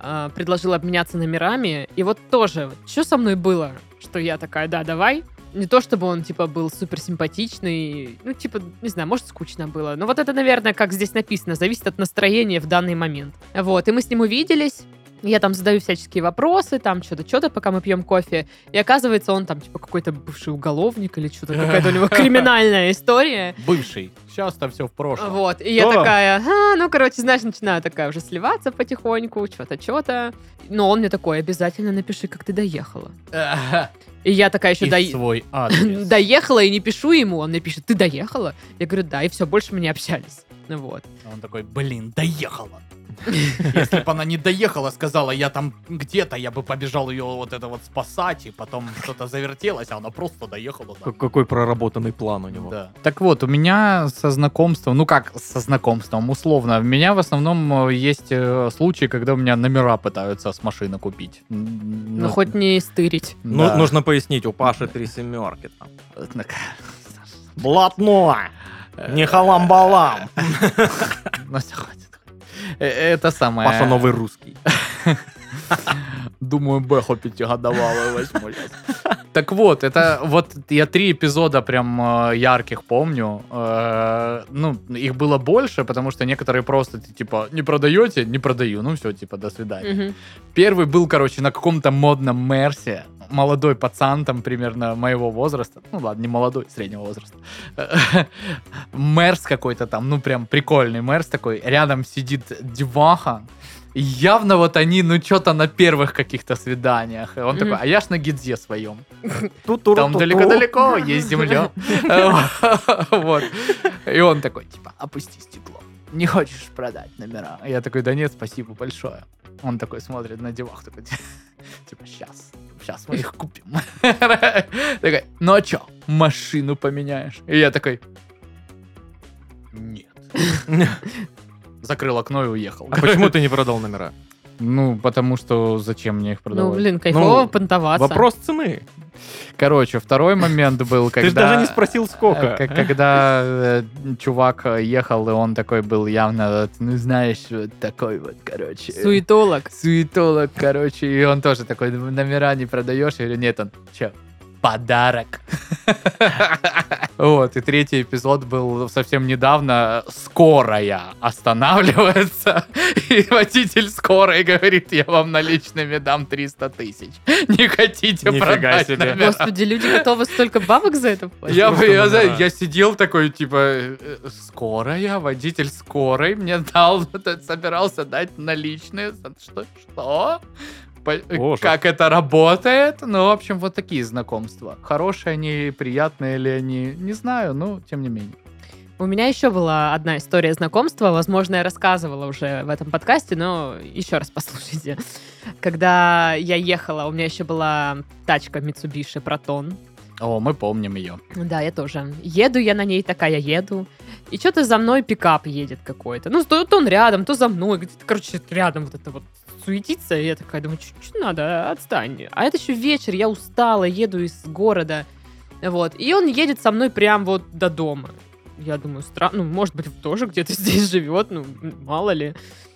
Speaker 1: э, предложил обменяться номерами. И вот тоже, что со мной было, что я такая, да, давай. Не то чтобы он, типа, был супер симпатичный, ну, типа, не знаю, может, скучно было. Но вот это, наверное, как здесь написано, зависит от настроения в данный момент. Вот, и мы с ним увиделись, я там задаю всяческие вопросы, там что-то, что-то, пока мы пьем кофе. И оказывается, он там, типа, какой-то бывший уголовник или что-то, какая-то у него криминальная история.
Speaker 3: Бывший. Сейчас-то все в прошлом.
Speaker 1: Вот, и я
Speaker 2: Да.
Speaker 1: такая, «А, ну, короче, знаешь, начинаю такая уже сливаться потихоньку, что-то, что-то. Но он мне такой, обязательно напиши, как ты доехала. И я такая еще
Speaker 3: И
Speaker 1: «Дое-
Speaker 3: свой адрес.
Speaker 1: доехала и не пишу ему, он мне пишет, ты доехала? Я говорю, да, и все, больше мы не общались. Ну вот.
Speaker 3: А Он такой, блин, доехала. Если бы она не доехала, сказала, я там где-то, я бы побежал ее вот это вот спасать, и потом что-то завертелось, а она просто доехала. да.
Speaker 2: Как- Какой проработанный план у него.
Speaker 3: Да. Так вот, у меня со знакомством, ну как со знакомством, условно, у меня в основном э, есть э, случаи, когда у меня номера пытаются с машины купить. М,
Speaker 1: Ну, хоть не стырить.
Speaker 2: Ну,
Speaker 3: да.
Speaker 2: нужно пояснить, у Паши три семерки там.
Speaker 3: Так.
Speaker 2: Блатное! Не халамбалам.
Speaker 3: Настя, ну, хватит. Э, Это самое...
Speaker 2: Паша новый русский.
Speaker 3: Думаю, Бэхо пятигодовалую возьму. сейчас. Так вот, это вот я три эпизода прям э, ярких помню. Э, Ну, их было больше, потому что некоторые просто ты типа не продаете, не продаю. Ну все, типа, до свидания.
Speaker 1: Мгм.
Speaker 3: Первый был, короче, на каком-то модном Мерсе. Молодой пацан, там примерно моего возраста. Ну ладно, не молодой, среднего возраста. Мерс какой-то там, ну прям прикольный Мерс такой. Рядом сидит деваха. И Явно вот они, ну что-то на первых каких-то свиданиях. И он
Speaker 1: Мгм.
Speaker 3: такой, а я ж на гидзе своем.
Speaker 2: Ту-туру-ту-ту.
Speaker 3: Там далеко-далеко есть земля. Вот. И он такой, типа, опусти стекло. Не хочешь продать номера? Я такой, да нет, спасибо большое. Он такой смотрит на девах, такой, типа, сейчас, сейчас мы их купим. Такой, ну а чё, машину поменяешь? И я такой, нет. Закрыл окно и уехал.
Speaker 2: А почему ты не продал номера?
Speaker 3: Ну, потому что зачем мне их продавать?
Speaker 1: Ну, блин, кайфово
Speaker 2: Ну,
Speaker 3: А
Speaker 1: понтоваться.
Speaker 2: Вопрос цены.
Speaker 3: Короче, второй момент был, когда...
Speaker 2: Ты же даже не спросил,
Speaker 3: Э, к-
Speaker 2: сколько.
Speaker 3: Когда э, чувак э, ехал, и он такой был явно, вот, ну знаешь, вот такой вот, короче.
Speaker 1: Суетолог.
Speaker 3: Суетолог, короче. И он тоже такой, «Ну, номера не продаешь? Я говорю, нет, он, че, подарок. Вот, и третий эпизод был совсем недавно. Скорая останавливается, и водитель скорой говорит, я вам наличными дам 300 тысяч. Не хотите
Speaker 2: Нифига
Speaker 3: продать
Speaker 2: себе.
Speaker 3: номера?»
Speaker 1: Господи, люди готовы столько бабок за это платить?
Speaker 3: Я, бы-
Speaker 2: Просто
Speaker 3: я,
Speaker 2: номера.
Speaker 3: знаю, я сидел такой, типа, э, скорая, водитель скорой мне дал, э, собирался дать наличные. Что? Что? По- э,
Speaker 2: Боже.
Speaker 3: Как это работает? Ну, в общем, вот такие знакомства. Хорошие они, приятные ли они, не знаю, но тем не менее.
Speaker 1: У меня еще была одна история знакомства. Возможно, я рассказывала уже в этом подкасте, но еще раз послушайте. Когда я ехала, у меня еще была тачка Mitsubishi Proton.
Speaker 3: О, мы помним ее.
Speaker 1: Да, я тоже. Еду я на ней, такая еду. И что-то за мной пикап едет какой-то. Ну, то, то он рядом, то за мной. Где-то, короче, рядом вот это вот суетится. И я такая думаю, что надо, отстань. А это еще вечер, я устала, еду из города. Вот. И он едет со мной прям вот до дома. Я думаю, странно, ну, может быть, тоже где-то здесь живет, ну, м, мало ли.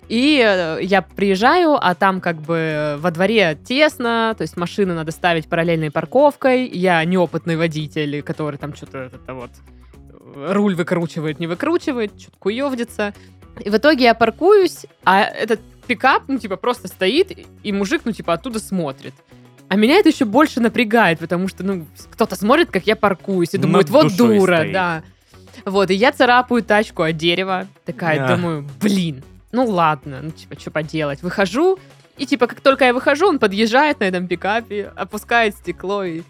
Speaker 1: И э, я приезжаю, а там как бы во дворе тесно, то есть машины надо ставить параллельной парковкой. Я неопытный водитель, который там что-то вот это вот э, руль выкручивает, не выкручивает, что-то куевдится. И в итоге я паркуюсь, а этот пикап, ну, типа, просто стоит, и мужик, ну, типа, оттуда смотрит. А меня это еще больше напрягает, потому что, ну, кто-то смотрит, как я паркуюсь, и
Speaker 2: Над
Speaker 1: думает, вот
Speaker 2: душой
Speaker 1: дура,
Speaker 2: стоит.
Speaker 1: да. Вот, и я царапаю тачку от дерева, такая,
Speaker 2: Да.
Speaker 1: думаю, блин, ну ладно, ну типа, что поделать. Выхожу, и типа, как только я выхожу, он подъезжает на этом пикапе, опускает стекло и...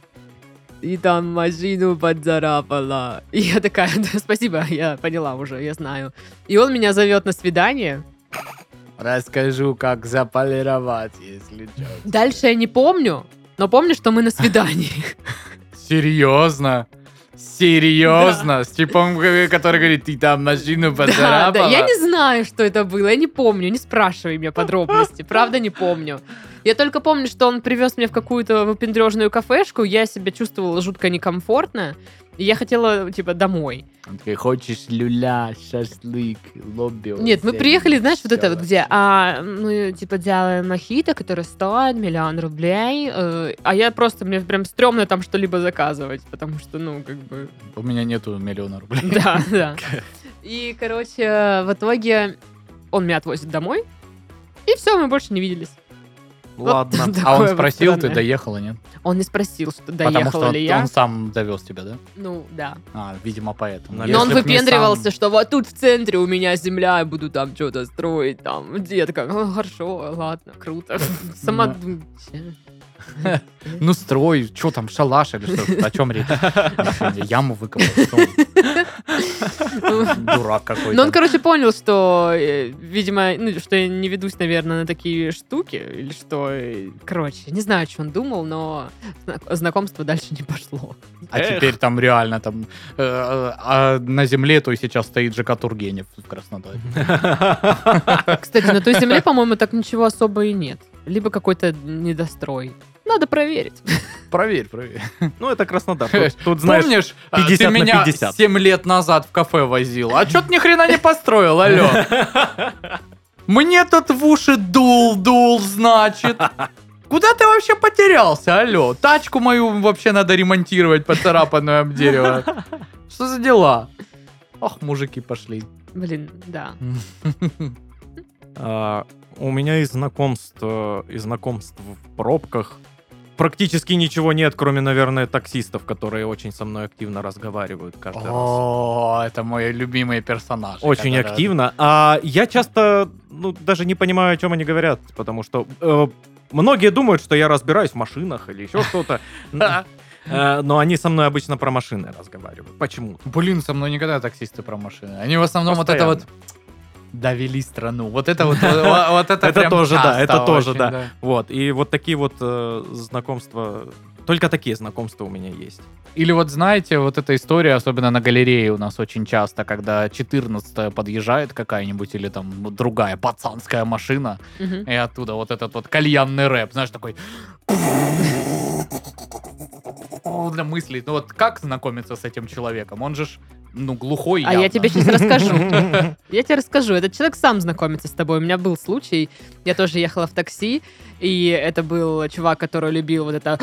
Speaker 1: И там машину подцарапала. И я такая, «Да, спасибо, я поняла уже, я знаю. И он меня зовет на свидание.
Speaker 3: Расскажу, как заполировать, если чё.
Speaker 1: Дальше я не помню, но помню, что мы на свидании.
Speaker 3: Серьезно? Серьезно? С типом, э, который говорит, ты там машину
Speaker 1: Да,
Speaker 3: поцарапала?
Speaker 1: да, я не знаю, что это было, я не помню, не спрашивай меня подробности, правда не помню. Я только помню, что он привез меня в какую-то выпендрежную кафешку, я себя чувствовала жутко некомфортно, и я хотела, типа, домой.
Speaker 3: Он такой, хочешь люля, шашлык, лобби?
Speaker 1: Нет, мы
Speaker 3: всякие
Speaker 1: приехали, знаешь, вот это
Speaker 3: всё
Speaker 1: вот, где, а, мы, типа, делаем мохито, который стоит миллион рублей, э, а я просто, мне прям стрёмно там что-либо заказывать, потому что, ну, как бы,
Speaker 3: У меня нету миллиона рублей.
Speaker 1: Да, да. И, короче, в итоге он меня отвозит домой, и все, мы больше не виделись. Вот
Speaker 2: Ладно.
Speaker 1: такое
Speaker 3: А он
Speaker 1: вот
Speaker 3: спросил, ты
Speaker 1: странное.
Speaker 3: доехала, нет?
Speaker 1: Он не спросил, что
Speaker 3: Потому что
Speaker 1: доехала
Speaker 3: он-
Speaker 1: ли я.
Speaker 3: он сам довез тебя, да?
Speaker 1: Ну, да.
Speaker 3: А, видимо, поэтому.
Speaker 2: Но
Speaker 1: Но он
Speaker 3: Если б не
Speaker 1: выпендривался,
Speaker 3: сам-
Speaker 1: что вот тут в центре у меня земля, я буду там что-то строить, там, где я такая, «Ну, хорошо, ладно, круто. Сама...
Speaker 3: Ну, строй, что там, шалаш или что? О чем речь? Яму выкопал. что он, Дурак какой-то.
Speaker 1: Ну, он, короче, понял, что, э, видимо, ну, что я не ведусь, наверное, на такие штуки, или что... э, Короче, не знаю, что он думал, но зна- знакомство дальше не пошло.
Speaker 3: А
Speaker 2: Эх.
Speaker 3: теперь там реально там... э, э, а на земле, то и сейчас стоит ЖК Тургенев в Краснодаре.
Speaker 1: Кстати, на той земле, по-моему, так ничего особо и нет. Либо какой-то недострой. Ну, надо проверить.
Speaker 3: Проверь, проверь.
Speaker 2: Ну, это Краснодар. Тут, тут, знаешь,
Speaker 3: Помнишь, а,
Speaker 2: 50
Speaker 3: ты
Speaker 2: на
Speaker 3: меня
Speaker 2: 50.
Speaker 3: 7 лет назад в кафе возил? А чё ты ни хрена не построил, алё? Мне тут в уши дул-дул, значит. Куда ты вообще потерялся, алё? Тачку мою вообще надо ремонтировать, поцарапанную об дерево. Что за дела? Ох, мужики пошли.
Speaker 1: Блин, да.
Speaker 2: а, у меня из знакомств, э, из знакомств в пробках практически ничего нет, кроме, наверное, таксистов, которые очень со мной активно разговаривают каждый раз.
Speaker 3: О, это мой любимый персонаж.
Speaker 2: Очень
Speaker 3: который-
Speaker 2: активно. А я часто, ну, даже не понимаю, о чем они говорят, потому что э, многие думают, что я разбираюсь в машинах или еще что-то. Н- э, Но они со мной обычно про машины разговаривают. Почему?
Speaker 3: Блин, со мной никогда таксисты про машины. Они в основном вот это вот довели страну. Вот это вот, вот, вот это,
Speaker 2: Это
Speaker 3: прям
Speaker 2: тоже, да,
Speaker 3: часто
Speaker 2: это тоже,
Speaker 3: очень,
Speaker 2: да. Вот. И вот такие вот э, знакомства. Только такие знакомства у меня есть.
Speaker 3: Или вот знаете, вот эта история, особенно на галерее у нас очень часто, когда 14 подъезжает какая-нибудь или там другая пацанская машина,
Speaker 1: Мгм.
Speaker 3: и оттуда вот этот вот кальянный рэп, знаешь, такой... Для мыслей. Ну вот как знакомиться с этим человеком? Он же ж, ну, глухой
Speaker 1: А я
Speaker 3: явно.
Speaker 1: тебе сейчас расскажу. Я тебе расскажу. Этот человек сам знакомится с тобой. У меня был случай. Я тоже ехала в такси, и это был чувак, который любил вот это...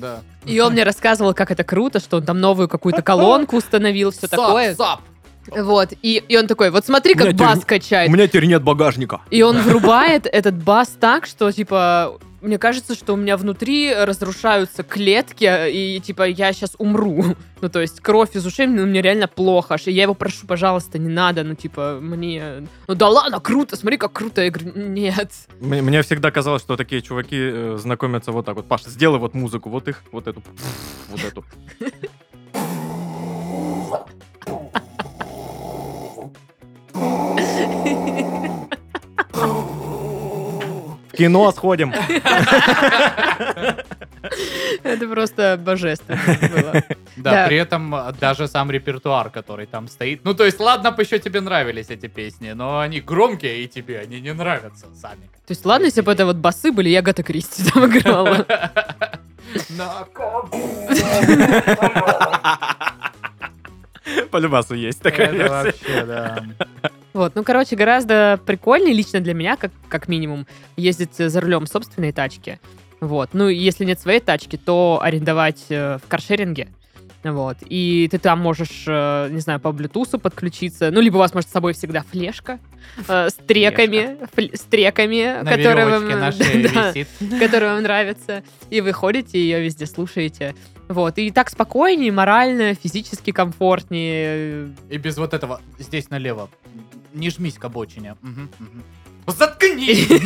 Speaker 3: Да.
Speaker 1: И он мне рассказывал, как это круто, что он там новую какую-то колонку установил, все
Speaker 3: Сап,
Speaker 1: такое.
Speaker 3: сап.
Speaker 1: Вот. И, и он такой, вот смотри,
Speaker 2: У
Speaker 1: как
Speaker 2: меня тюрьма-
Speaker 1: бас качает.
Speaker 2: меня теперь нет багажника.
Speaker 1: И он врубает этот бас так, что, типа, мне кажется, что у меня внутри разрушаются клетки, и, типа, я сейчас умру. Ну, то есть, кровь из ушей, ну, мне реально плохо. аж. И я его прошу, пожалуйста, не надо, ну, типа, мне... Ну, да ладно, круто, смотри, как круто. Я говорю, нет.
Speaker 2: Мне, мне всегда казалось, что такие чуваки э, знакомятся вот так вот. Паша, сделай вот музыку, вот их, вот эту, вот эту. В кино сходим.
Speaker 1: Это просто божественно было.
Speaker 3: Да,
Speaker 1: Да.
Speaker 3: при этом а, даже сам репертуар, который там стоит. Ну, то есть, ладно бы еще тебе нравились эти песни, но они громкие, и тебе они не нравятся сами.
Speaker 1: То есть, ладно, если бы это вот басы были, я Гата Кристи там играла.
Speaker 3: На ком?
Speaker 2: По-любасу есть
Speaker 1: Э,
Speaker 2: такая
Speaker 3: Это
Speaker 2: версия.
Speaker 3: вообще, да.
Speaker 1: Вот, ну, короче, гораздо прикольнее лично для меня, как, как минимум, ездить за рулем собственной тачки. Вот, ну, и если нет своей тачки, то арендовать э, в каршеринге. Вот, и ты там можешь, э, не знаю, по блютусу подключиться. Ну, либо у вас, может, с собой всегда флешка э, с треками, фл- с треками,
Speaker 3: На
Speaker 1: которые вам,
Speaker 3: веревочке на шее
Speaker 1: да,
Speaker 3: висит.
Speaker 1: которая вам нравится, и вы ходите, ее везде слушаете. Вот, и так спокойнее, морально, физически комфортнее,
Speaker 3: И без вот этого. Здесь налево. Не жмись к обочине. Мгм, мгм. Заткнись! Ну,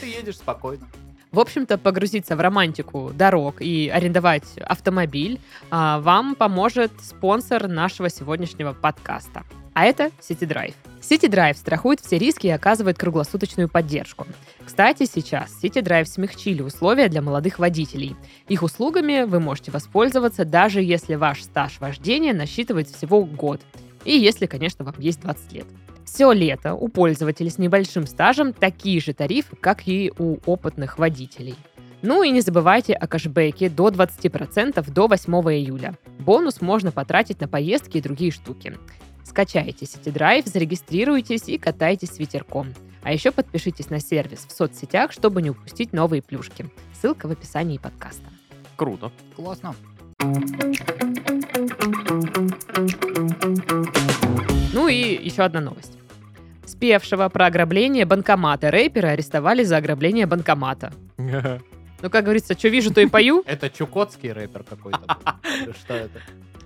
Speaker 3: ты едешь спокойно.
Speaker 1: В общем-то, погрузиться в романтику дорог и арендовать автомобиль а, вам поможет спонсор нашего сегодняшнего подкаста. А это Ситидрайв. Ситидрайв страхует все риски и оказывает круглосуточную поддержку. Кстати, сейчас Ситидрайв смягчили условия для молодых водителей. Их услугами вы можете воспользоваться, даже если ваш стаж вождения насчитывает всего год. И если, конечно, вам есть 20 лет. Все лето у пользователей с небольшим стажем такие же тарифы, как и у опытных водителей. Ну и не забывайте о кэшбэке до 20% до 8 июля. Бонус можно потратить на поездки и другие штуки. Скачайте Ситидрайв, зарегистрируйтесь и катайтесь с ветерком. А еще подпишитесь на сервис в соцсетях, чтобы не упустить новые плюшки. Ссылка в описании подкаста.
Speaker 2: Круто.
Speaker 3: Классно.
Speaker 1: Ну и еще одна новость. Спевшего про ограбление банкомата рэпера арестовали за ограбление банкомата. Ну, как говорится, что вижу, то и пою.
Speaker 3: Это чукотский рэпер какой-то. был. Что это?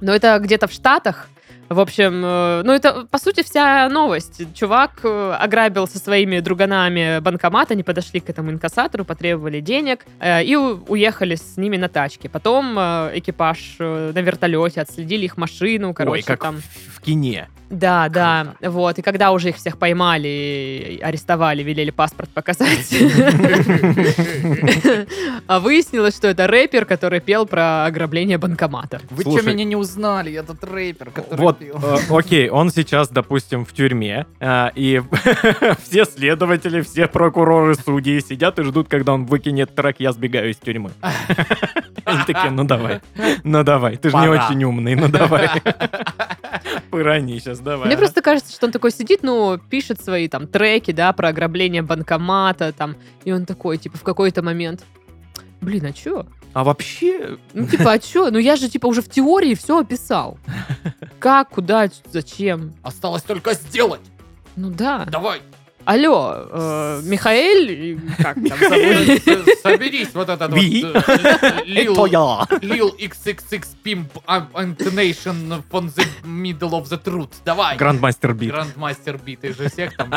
Speaker 1: Но это где-то в Штатах. В общем, э, ну это, по сути, вся новость. Чувак э, ограбил со своими друганами банкомат, они подошли к этому инкассатору, потребовали денег э, и у- уехали с ними на тачке. Потом э, экипаж э, на вертолете отследили их машину, короче,
Speaker 2: Ой, как
Speaker 1: там...
Speaker 2: в в кине.
Speaker 1: Да, да, вот. И когда уже их всех поймали и арестовали, велели паспорт показать, а выяснилось, что это рэпер, который пел про ограбление банкомата.
Speaker 3: Вы
Speaker 2: Слушай.
Speaker 3: что меня не узнали? Я тот рэпер, который
Speaker 2: Вот,
Speaker 3: пел.
Speaker 2: э, окей, он сейчас, допустим, в тюрьме, э, и все следователи, все прокуроры, судьи сидят и ждут, когда он выкинет трек «Я сбегаю из тюрьмы». Они такие, ну давай, ну давай, ты же не
Speaker 3: Пора.
Speaker 2: очень умный, ну давай. Пырани сейчас, давай. а.
Speaker 1: Мне просто кажется, что он такой сидит, ну, пишет свои там треки, да, про ограбление банкомата, там, и он такой, типа, в какой-то момент, блин, а чё?
Speaker 2: А вообще,
Speaker 1: Ну, типа, а чё? Ну, я же, типа, уже в теории все описал. Как, куда, ч- зачем?
Speaker 3: Осталось только сделать.
Speaker 1: Ну, да.
Speaker 3: Давай.
Speaker 1: Алло, э, Михаэль, и как там зовут?
Speaker 3: С- Э, Соберись, вот этот вот.
Speaker 2: Ви.
Speaker 3: э,
Speaker 2: это
Speaker 3: Лил
Speaker 2: я.
Speaker 3: Lil XXX Pimp I'm- Intonation from the Middle of the Truth. Давай.
Speaker 2: Грандмастер бит.
Speaker 3: Грандмастер бит. Их же всех там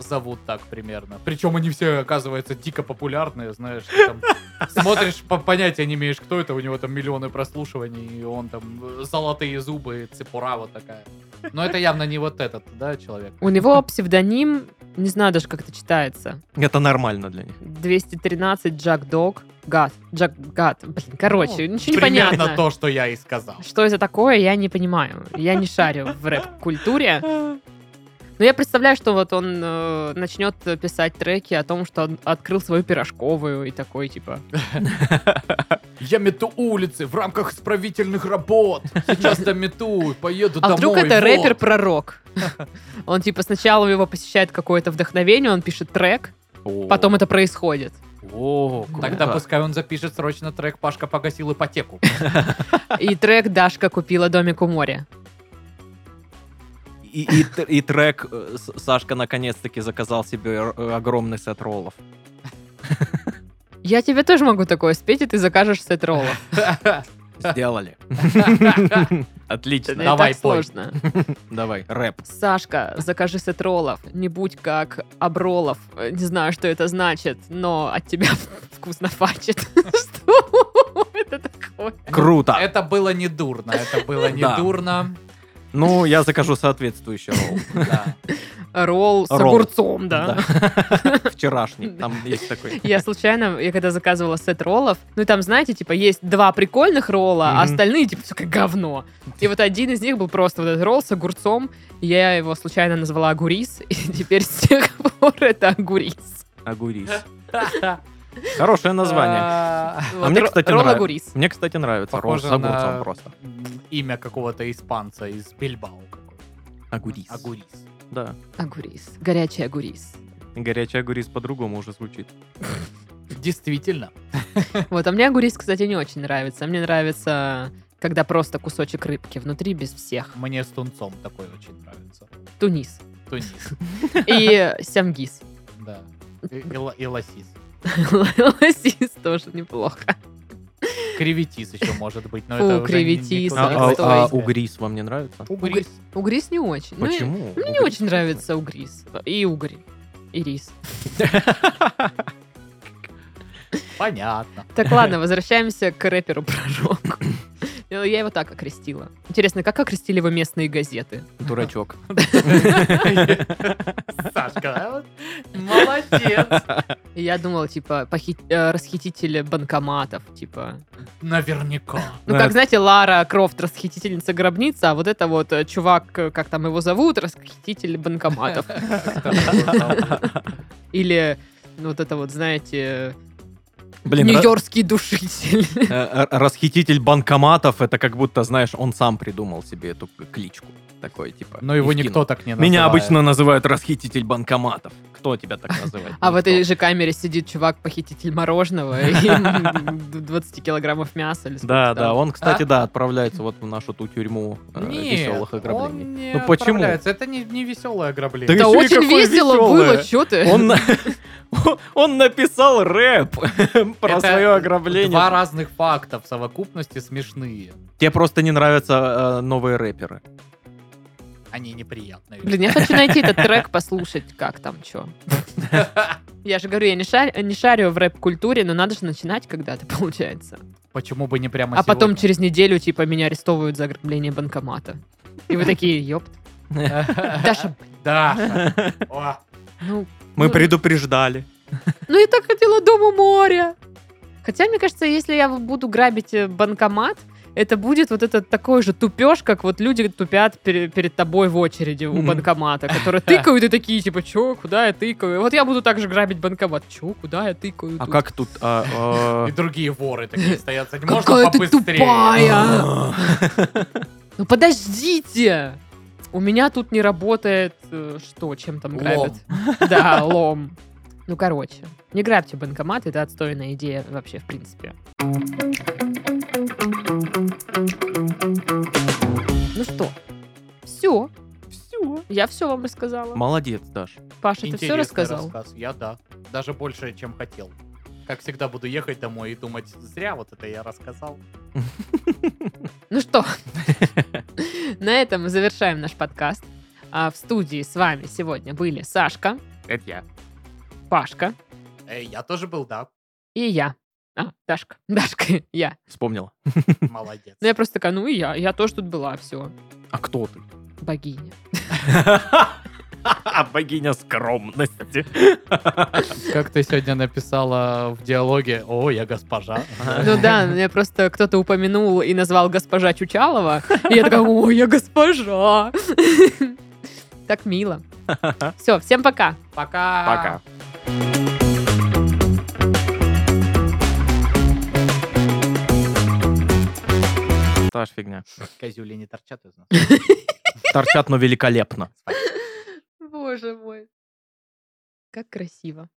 Speaker 3: зовут так примерно. Причем они все, оказывается, дико популярные, знаешь. ты там смотришь, по понятия не имеешь, кто это. У него там миллионы прослушиваний, и он там э, золотые зубы, цепура вот такая. Но это явно не вот этот, да, человек?
Speaker 1: У него псевдоним, не знаю даже, как это читается,
Speaker 2: Это нормально для них.
Speaker 1: 213 Джак Дог Гад. Джак Гад. Блин, короче,
Speaker 3: Ну,
Speaker 1: ничего не
Speaker 3: примерно
Speaker 1: понятно.
Speaker 3: то, что я и сказал.
Speaker 1: Что это такое, я не понимаю. Я не шарю в рэп-культуре. Но я представляю, что вот он э, начнет писать треки о том, что он открыл свою пирожковую и такой, типа...
Speaker 3: Я мету улицы в рамках исправительных работ. Сейчас там мету, поеду
Speaker 1: А
Speaker 3: домой.
Speaker 1: вдруг это
Speaker 3: вот.
Speaker 1: рэпер-пророк? Он, типа, сначала его посещает какое-то вдохновение, он пишет трек, потом это происходит.
Speaker 2: О,
Speaker 3: Тогда
Speaker 2: круто.
Speaker 3: пускай он запишет срочно трек «Пашка погасил ипотеку».
Speaker 1: И трек «Дашка купила домик у моря».
Speaker 2: И, и тр- и трек э, С- Сашка наконец-таки заказал себе э, огромный сет роллов.
Speaker 1: Я тебе тоже могу такое спеть, и ты закажешь сет роллов.
Speaker 2: Сделали. Отлично.
Speaker 1: Это
Speaker 3: Давай,
Speaker 1: и так
Speaker 3: пой.
Speaker 1: сложно.
Speaker 2: Давай, рэп.
Speaker 1: Сашка, закажи сет роллов. Не будь как Абролов. Э, Не знаю, что это значит, но от тебя вкусно фачит. Что это такое?
Speaker 2: Круто.
Speaker 3: Это было не дурно, это было не
Speaker 2: Да.
Speaker 3: дурно.
Speaker 2: Ну, я закажу соответствующий ролл.
Speaker 3: Да.
Speaker 1: Ролл с
Speaker 2: Ролл.
Speaker 1: огурцом, да.
Speaker 2: Да. Вчерашний. Там есть такой.
Speaker 1: Я случайно, я когда заказывала сет роллов, ну и там, знаете, типа есть два прикольных ролла, а
Speaker 2: Мгм.
Speaker 1: остальные типа все как говно. И вот один из них был просто вот этот ролл с огурцом. Я его случайно назвала огурис, и теперь с тех пор это огурис.
Speaker 2: Огурис. Хорошее название.
Speaker 3: А,
Speaker 1: Вот
Speaker 2: мне,
Speaker 1: ро-
Speaker 2: кстати,
Speaker 1: ролл
Speaker 2: нравится.
Speaker 1: огурис.
Speaker 2: Мне, кстати, нравится ролл с
Speaker 3: Похоже на-
Speaker 2: огурцом просто.
Speaker 3: Имя какого-то испанца из Бильбао. какого-то.
Speaker 2: Огурис.
Speaker 3: Агурис.
Speaker 2: Да.
Speaker 1: Огурис. Горячий огурис.
Speaker 2: Горячий огурис по-другому уже звучит.
Speaker 3: Действительно.
Speaker 1: Вот, а мне огурец, кстати, не очень нравится. Мне нравится, когда просто кусочек рыбки внутри, без всех.
Speaker 3: Мне с тунцом такой очень нравится.
Speaker 1: Тунис.
Speaker 3: Тунис,
Speaker 1: И сямгис.
Speaker 3: да. И- И ла- и лосис.
Speaker 1: Лосис тоже неплохо.
Speaker 3: Креветис еще может быть, но
Speaker 1: Фу,
Speaker 3: это уже не- не
Speaker 1: креветис,
Speaker 2: А-
Speaker 1: Да,
Speaker 2: а-
Speaker 1: отстой.
Speaker 2: а
Speaker 3: классическая.
Speaker 2: Угрис вам не нравится?
Speaker 3: Угрис.
Speaker 1: Угрис не очень. Ну, и-
Speaker 2: Почему?
Speaker 1: ну, мне
Speaker 2: Угрис
Speaker 1: очень нравится угрис. И угорь. И рис.
Speaker 3: Понятно.
Speaker 1: Так, ладно, возвращаемся к рэперу Пророк. Я его так окрестила. Интересно, как окрестили его местные газеты?
Speaker 2: Дурачок.
Speaker 3: Сашка, а вот молодец.
Speaker 1: Я думала, типа, похит- э, расхитители банкоматов, типа,
Speaker 3: Наверняка.
Speaker 1: Ну,
Speaker 2: Да.
Speaker 1: как, знаете, Лара Крофт, расхитительница гробницы, а вот это вот э, чувак, э, как там его зовут, расхититель банкоматов. Или ну, вот это вот, знаете,
Speaker 2: Блин, ра-
Speaker 1: нью-йоркский душитель.
Speaker 2: Э, р- Расхититель банкоматов, это как будто, знаешь, он сам придумал себе эту к- кличку. Такой, типа.
Speaker 3: Но его
Speaker 2: и
Speaker 3: никто
Speaker 2: вкинул.
Speaker 3: так не называет.
Speaker 2: Меня обычно называют расхититель банкоматов. Кто тебя так называет?
Speaker 1: А в
Speaker 2: Никто.
Speaker 1: этой же камере сидит чувак-похититель мороженого и м, 20 килограммов мяса. или сколько
Speaker 2: Да,
Speaker 1: там.
Speaker 2: да, он, кстати, да, отправляется вот в нашу ту тюрьму
Speaker 1: э,
Speaker 2: веселых
Speaker 3: он
Speaker 2: ограблений.
Speaker 3: не
Speaker 2: Ну почему?
Speaker 3: отправляется. Это не, не веселое ограбление.
Speaker 2: Да
Speaker 1: Да
Speaker 2: Смотри,
Speaker 1: очень
Speaker 2: какое
Speaker 1: весело
Speaker 2: весёлое.
Speaker 1: было, что ты?
Speaker 2: Он, он написал рэп про
Speaker 3: Это
Speaker 2: свое ограбление.
Speaker 3: Два разных факта в совокупности смешные.
Speaker 2: Тебе просто не нравятся э, новые рэперы.
Speaker 3: Они неприятные.
Speaker 1: Блин, я хочу найти этот трек, послушать, как там, что. Я же говорю, я не шарю, не шарю в рэп-культуре, но надо же начинать когда-то, получается.
Speaker 3: Почему бы не прямо
Speaker 1: А потом
Speaker 3: сегодня?
Speaker 1: через неделю, типа, меня арестовывают за ограбление банкомата. И вы такие, ёпт. Даша, блин,
Speaker 3: Да. О,
Speaker 1: ну...
Speaker 2: Мы
Speaker 1: ну,
Speaker 2: предупреждали.
Speaker 1: Ну, я так хотела дома моря. Хотя, мне кажется, если я буду грабить э, банкомат, это будет вот этот такой же тупеж, как вот люди тупят пере- перед тобой в очереди у
Speaker 2: Мгм.
Speaker 1: банкомата, которые тыкают и такие, типа, чё, куда я тыкаю? Вот я буду также грабить банкомат. Чё, куда я тыкаю?
Speaker 2: А
Speaker 1: тут?»
Speaker 2: как тут? а, а,
Speaker 3: И другие воры такие стоят. кстати, Можно
Speaker 1: Какая ты
Speaker 3: побыстрее?
Speaker 1: тупая!
Speaker 2: а,
Speaker 1: Ну, подождите! У меня тут не работает... э, Что, чем там
Speaker 3: Лом.
Speaker 1: грабят? Да, лом. Ну, короче, не грабьте банкомат, это отстойная идея вообще, в принципе. Ну что, все. Все. Я все вам рассказала.
Speaker 2: Молодец, Даш.
Speaker 1: Паша, ты все
Speaker 3: Интересный
Speaker 1: рассказал?
Speaker 3: рассказ. Я да. Даже больше, чем хотел. Как всегда, буду ехать домой и думать, зря вот это я рассказал.
Speaker 1: Ну что, на этом мы завершаем наш подкаст. А в студии с вами сегодня были Сашка,
Speaker 3: Это я.
Speaker 1: Пашка
Speaker 3: Э, я тоже был, да.
Speaker 1: и я. А, Дашка. Дашка, я.
Speaker 2: Вспомнила.
Speaker 3: Молодец.
Speaker 1: Ну, я просто такая, ну и я. Я тоже тут была, все.
Speaker 2: А кто ты?
Speaker 1: Богиня.
Speaker 2: А Богиня скромности.
Speaker 3: Как ты сегодня написала в диалоге, о, я госпожа.
Speaker 1: Ну да, меня просто кто-то упомянул и назвал госпожа Чучалова. И я такая, ой, я госпожа. Так мило. Все, всем пока.
Speaker 3: Пока.
Speaker 2: Пока. Саш, фигня.
Speaker 3: Козюли не торчат из нас.
Speaker 2: ну, Торчат, но великолепно.
Speaker 1: Боже мой. Как красиво.